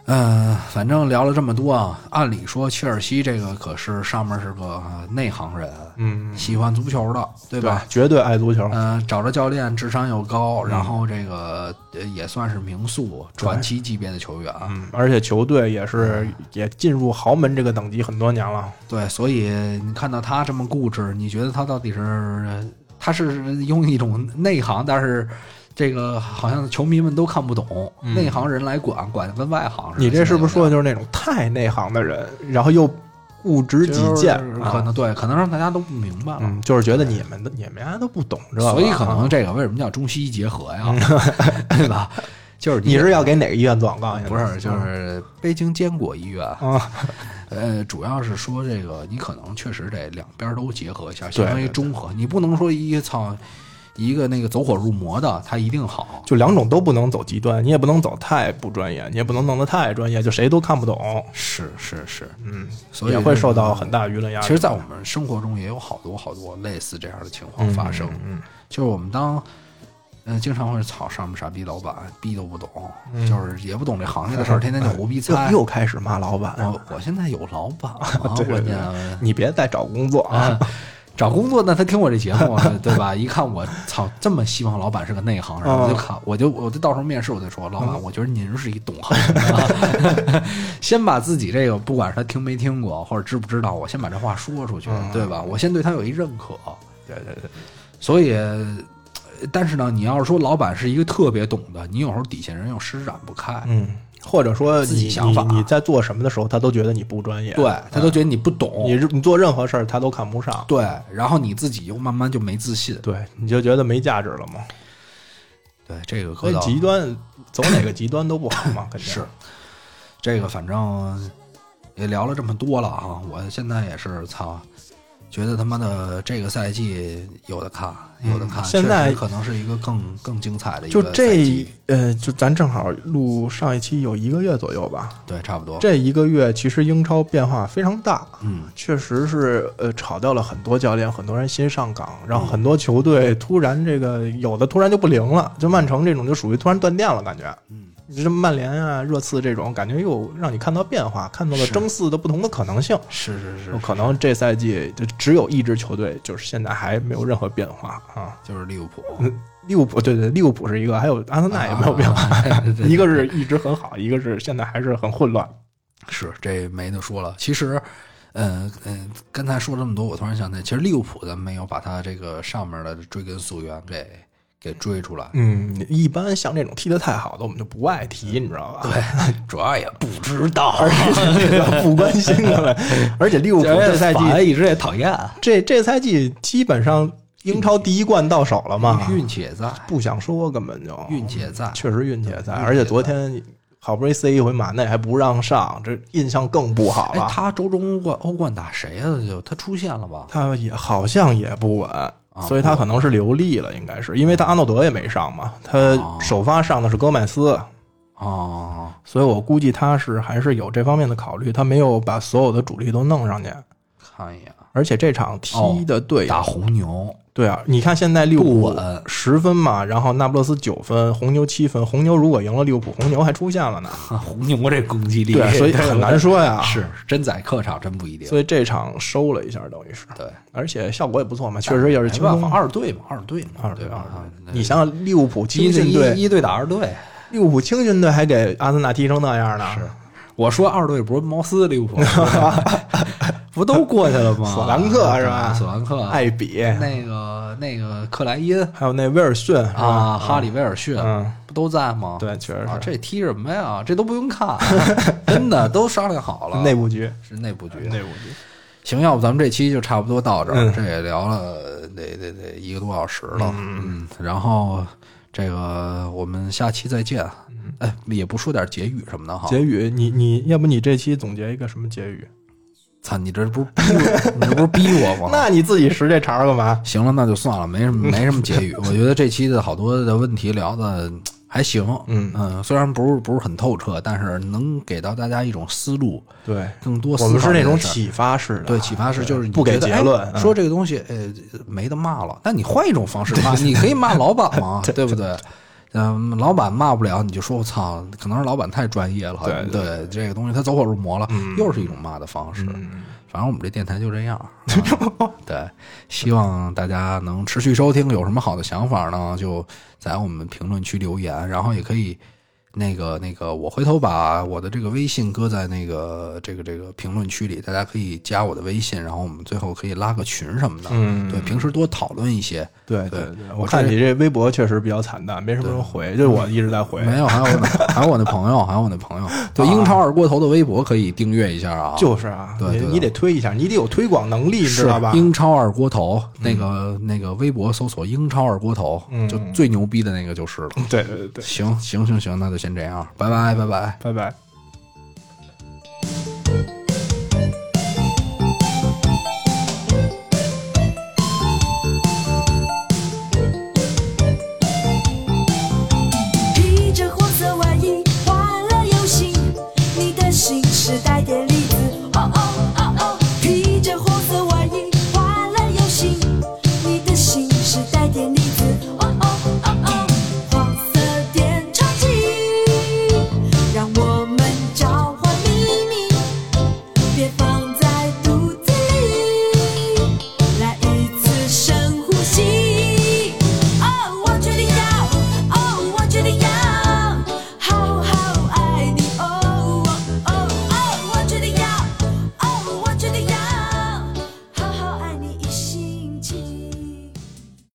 Speaker 1: 嗯、反正聊了这么多啊，按理说切尔西这个可是上面是个呃内行人，
Speaker 2: 嗯，
Speaker 1: 喜欢足球的，对
Speaker 2: 对
Speaker 1: 吧？？
Speaker 2: 绝对爱足球。
Speaker 1: 嗯、找着教练智商又高，然后这个呃也算是名宿、传奇级别的球员，啊
Speaker 2: 嗯，而且球队也是也进入豪门这个等级很多年了。
Speaker 1: 对，所以你看到他这么固执，你觉得他到底是呃他是用一种内行，但是这个好像球迷们都看不懂，
Speaker 2: 嗯
Speaker 1: 内行人来管，管得跟外行似的。
Speaker 2: 你这是不是说
Speaker 1: 现
Speaker 2: 的就是那种太内行的人，然后又固执
Speaker 1: 在
Speaker 2: 己
Speaker 1: 有点
Speaker 2: 见
Speaker 1: 就是？可
Speaker 2: 啊
Speaker 1: 能对，可能让大家都不明白了。
Speaker 2: 嗯，就是觉得你们的你们家都不懂这个，
Speaker 1: 所以可能
Speaker 2: 啊嗯
Speaker 1: 这个为什么叫中西医结合呀？对吧？就是
Speaker 2: 你是要给嗯哪个医院做广告去呢？
Speaker 1: 不是就是北京坚果医院
Speaker 2: 嗯
Speaker 1: 呃，主要是说这个，你可能确实得两边都结合一下，相当于
Speaker 2: 对对
Speaker 1: 中和。你不能说一操一个那个走火入魔的，他一定好。
Speaker 2: 就两种都不能走极端，你也不能走太不专业，你也不能弄得太专业，就谁都看不懂，
Speaker 1: 是是是，
Speaker 2: 嗯，
Speaker 1: 所以
Speaker 2: 也
Speaker 1: 这
Speaker 2: 会
Speaker 1: 个
Speaker 2: 受到很。大舆论压力。
Speaker 1: 其实，在我们生活中也有好多好多类似这样的情况
Speaker 2: 嗯
Speaker 1: 发生。
Speaker 2: 嗯
Speaker 1: 就是我们当，嗯、经常会操上面傻逼老板，逼都不懂，
Speaker 2: 嗯
Speaker 1: 就是也不懂这行业的事儿，天天就胡逼
Speaker 2: [laughs] 又
Speaker 1: 猜。
Speaker 2: 又开始骂老板，，
Speaker 1: 我我现在有老板了
Speaker 2: [laughs] 对对
Speaker 1: 关
Speaker 2: 对
Speaker 1: 键
Speaker 2: 你别再找工作啊！
Speaker 1: 啊，找工作那他听我这节
Speaker 2: [laughs]
Speaker 1: 目，对吧？一看我操，这么希望老板是个内行人，
Speaker 2: 嗯
Speaker 1: 我就看，我就我就到时候面试我就说，老板，我觉得您是一懂行人，啊 [laughs] 先把自己这个不管是他听没听过或者知不知道，我先把这话说出去，
Speaker 2: 嗯
Speaker 1: 对吧？我先对他有一认可，
Speaker 2: 对对对，
Speaker 1: 所以。呃但是呢，你要是说老板是一个特别懂的，你有时候底下人又施展不开，
Speaker 2: 嗯，或者说
Speaker 1: 自己
Speaker 2: 你
Speaker 1: 想法
Speaker 2: 你你在做什么的时候，他都觉得你不专业，
Speaker 1: 对他都觉得你不懂，
Speaker 2: 嗯你你做任何事儿他都看不上，
Speaker 1: 对，然后你自己又慢慢就没自信，
Speaker 2: 对，你就觉得没价值了嘛。
Speaker 1: 对这个
Speaker 2: 所
Speaker 1: 可
Speaker 2: 以
Speaker 1: 到
Speaker 2: 极端走哪个极端都不好
Speaker 1: [coughs]
Speaker 2: 嘛，肯定
Speaker 1: 是，这个反正也聊了这么多了啊，我现在也是操，觉得他妈的这个赛季有的看，有的看，
Speaker 2: 嗯现在
Speaker 1: 确实可能是一个更更精彩的一
Speaker 2: 就
Speaker 1: 个赛
Speaker 2: 这
Speaker 1: 季，
Speaker 2: 呃，就咱正好录上一期有一个月左右吧，
Speaker 1: 对，差不多，
Speaker 2: 这一个月其实英超变化非常大，
Speaker 1: 嗯，
Speaker 2: 确实是呃炒掉了很多教练，很多人新上岗，然后很多球队突然这个有的突然就不灵了，就曼城这种就属于突然断电了，感觉。
Speaker 1: 嗯，
Speaker 2: 你这曼联啊、热刺这种，感觉又让你看到变化，看到了
Speaker 1: 是
Speaker 2: 争四的不同的可能性。
Speaker 1: 是是是
Speaker 2: 有，可能这赛季就只有一支球队，就是现在还没有任何变化啊。
Speaker 1: 就是利物
Speaker 2: [laughs]
Speaker 1: 浦，
Speaker 2: 利物浦对对，利物浦是一个，还有阿森纳也没有变化，
Speaker 1: 啊，对对
Speaker 2: 一个是一直很好，一个是现在还是很混乱。
Speaker 1: 是这没得说了。其实，嗯、嗯、刚才说这么多，我突然想起来，其实利物浦咱没有把他这个上面的追根溯源给给追出来。
Speaker 2: 嗯，一般像这种踢得太好的，我们就不爱提，你知道吧？
Speaker 1: 对，哎主要也不知道，
Speaker 2: 而且这个不关心他们。而且利物浦这赛季
Speaker 3: 一直也讨厌，
Speaker 2: 这这赛季基本上英超第一冠到手了嘛，嗯
Speaker 1: 运气也在，
Speaker 2: 不想说，根本就
Speaker 1: 运气也在，
Speaker 2: 确实运气也在。而且昨天好不容易塞一回马内，还不让上，这印象更不好啊
Speaker 1: 哎
Speaker 2: 了。，
Speaker 1: 他周中欧冠欧冠打谁呀、就他出现了吧？
Speaker 2: 他也好像也不稳，所以他可能是留力了，应该是因为他阿诺德也没上嘛，他首发上的是戈麦斯，
Speaker 1: 哦，
Speaker 2: 所以我估计他是还是有这方面的考虑，他没有把所有的主力都弄上去。
Speaker 1: 看一眼，
Speaker 2: 而且这场踢的队友、
Speaker 1: 哦打红牛，
Speaker 2: 对啊，你看现在利物
Speaker 1: 不
Speaker 2: 浦
Speaker 1: 稳
Speaker 2: 十分嘛，然后那不勒斯九分，红牛七分，红牛如果赢了利物浦，红牛还出现了呢，
Speaker 1: [laughs] 红牛这攻击力，
Speaker 2: 对啊，
Speaker 1: [laughs]
Speaker 2: 所以很难说呀。
Speaker 1: 是真在客场真不一定。
Speaker 2: 所以这场收了一下，等于是，
Speaker 1: 对，
Speaker 2: 而且效果也不错嘛，确实也是
Speaker 1: 没
Speaker 2: 轻
Speaker 1: 办
Speaker 2: 松
Speaker 1: 法，二队嘛，二队嘛，
Speaker 2: 二
Speaker 1: 对
Speaker 2: 对
Speaker 1: 吧？
Speaker 2: 二
Speaker 1: 啊
Speaker 2: 对，你想想利物浦青
Speaker 1: 一
Speaker 2: 训队，
Speaker 1: 一一队打二队，
Speaker 2: 利物浦青训队还给阿森纳踢成那样呢，
Speaker 1: 我说二队不是茅斯利物
Speaker 2: [laughs]
Speaker 1: 浦，不都过去了吗？
Speaker 2: 索兰克是吧哎
Speaker 1: 对索兰克，
Speaker 2: 艾比，
Speaker 1: 那个那个克莱因
Speaker 2: 还有那威尔逊是吧
Speaker 1: 啊，哈里威尔逊
Speaker 2: 嗯，
Speaker 1: 不都在吗？
Speaker 2: 对，确实
Speaker 1: 啊，
Speaker 2: 是
Speaker 1: 这踢什么呀？这都不用看， [laughs] 真的都商量好了，
Speaker 2: 内部局，
Speaker 1: 是内部局。
Speaker 2: 部局，
Speaker 1: 行，要不咱们这期就差不多到这儿，
Speaker 2: 嗯
Speaker 1: 这也聊了得得得一个多小时了，嗯，然后这个我们下期再见，哎，也不说点结语什么的哈，
Speaker 2: 嗯结语，你你要不你这期总结一个什么结语？
Speaker 1: 操，你这不是逼我你这不是逼我吗？
Speaker 2: 那你自己拾这茬儿干嘛？
Speaker 1: 行了，那就算了，没什么没什么结
Speaker 2: [laughs]
Speaker 1: 语。我觉得这期的好多的问题聊的还行，呃
Speaker 2: 嗯
Speaker 1: 虽然不是不是很透彻，但是能给到大家一种思路，
Speaker 2: 对，
Speaker 1: 更多思
Speaker 2: 我
Speaker 1: 考
Speaker 2: 们是那种
Speaker 1: 这件事儿
Speaker 2: 启发式的，
Speaker 1: 对启发式，就是你
Speaker 2: 不
Speaker 1: 觉
Speaker 2: 给
Speaker 1: 得
Speaker 2: 结
Speaker 1: 哎
Speaker 2: 论，嗯
Speaker 1: 说这个东西呃没得骂了，但你换一种方式骂，你可以骂老板
Speaker 2: [laughs]
Speaker 1: 嘛，对不对？嗯，老板骂不了，你就说我操，可能是老板太专业了，好像
Speaker 2: 对
Speaker 1: 对
Speaker 2: 嗯
Speaker 1: 这个东西他走火入魔了，又是一种骂的方式。反正我们这电台就这样、
Speaker 2: [laughs]
Speaker 1: 啊对，希望大家能持续收听。有什么好的想法呢？就在我们评论区留言，然后也可以那个那个，我回头把我的这个微信搁在那个这个这个评论区里，大家可以加我的微信，然后我们最后可以拉个群什么的。
Speaker 2: 嗯
Speaker 1: 对，平时多讨论一些。
Speaker 2: 对
Speaker 1: 对
Speaker 2: 对对，我看你这微博确实比较惨淡，没什么人回，就是我一直在回，
Speaker 1: 没有，还有我那还有我那朋友，还有我那
Speaker 2: [laughs]
Speaker 1: 朋友，对英超二锅头的微博可以订阅一下啊。
Speaker 2: 啊就是啊，
Speaker 1: 对
Speaker 2: 你
Speaker 1: 对
Speaker 2: 你得推一下，你得有推广能力，你知道吧嗯
Speaker 1: 是？英超二锅头，那个那个微博搜索“英超二锅头”，就
Speaker 2: 嗯
Speaker 1: 最牛逼的那个就是了。
Speaker 2: 对对对对，
Speaker 1: 行行行行，那就先这样，拜拜拜拜。
Speaker 2: 拜拜。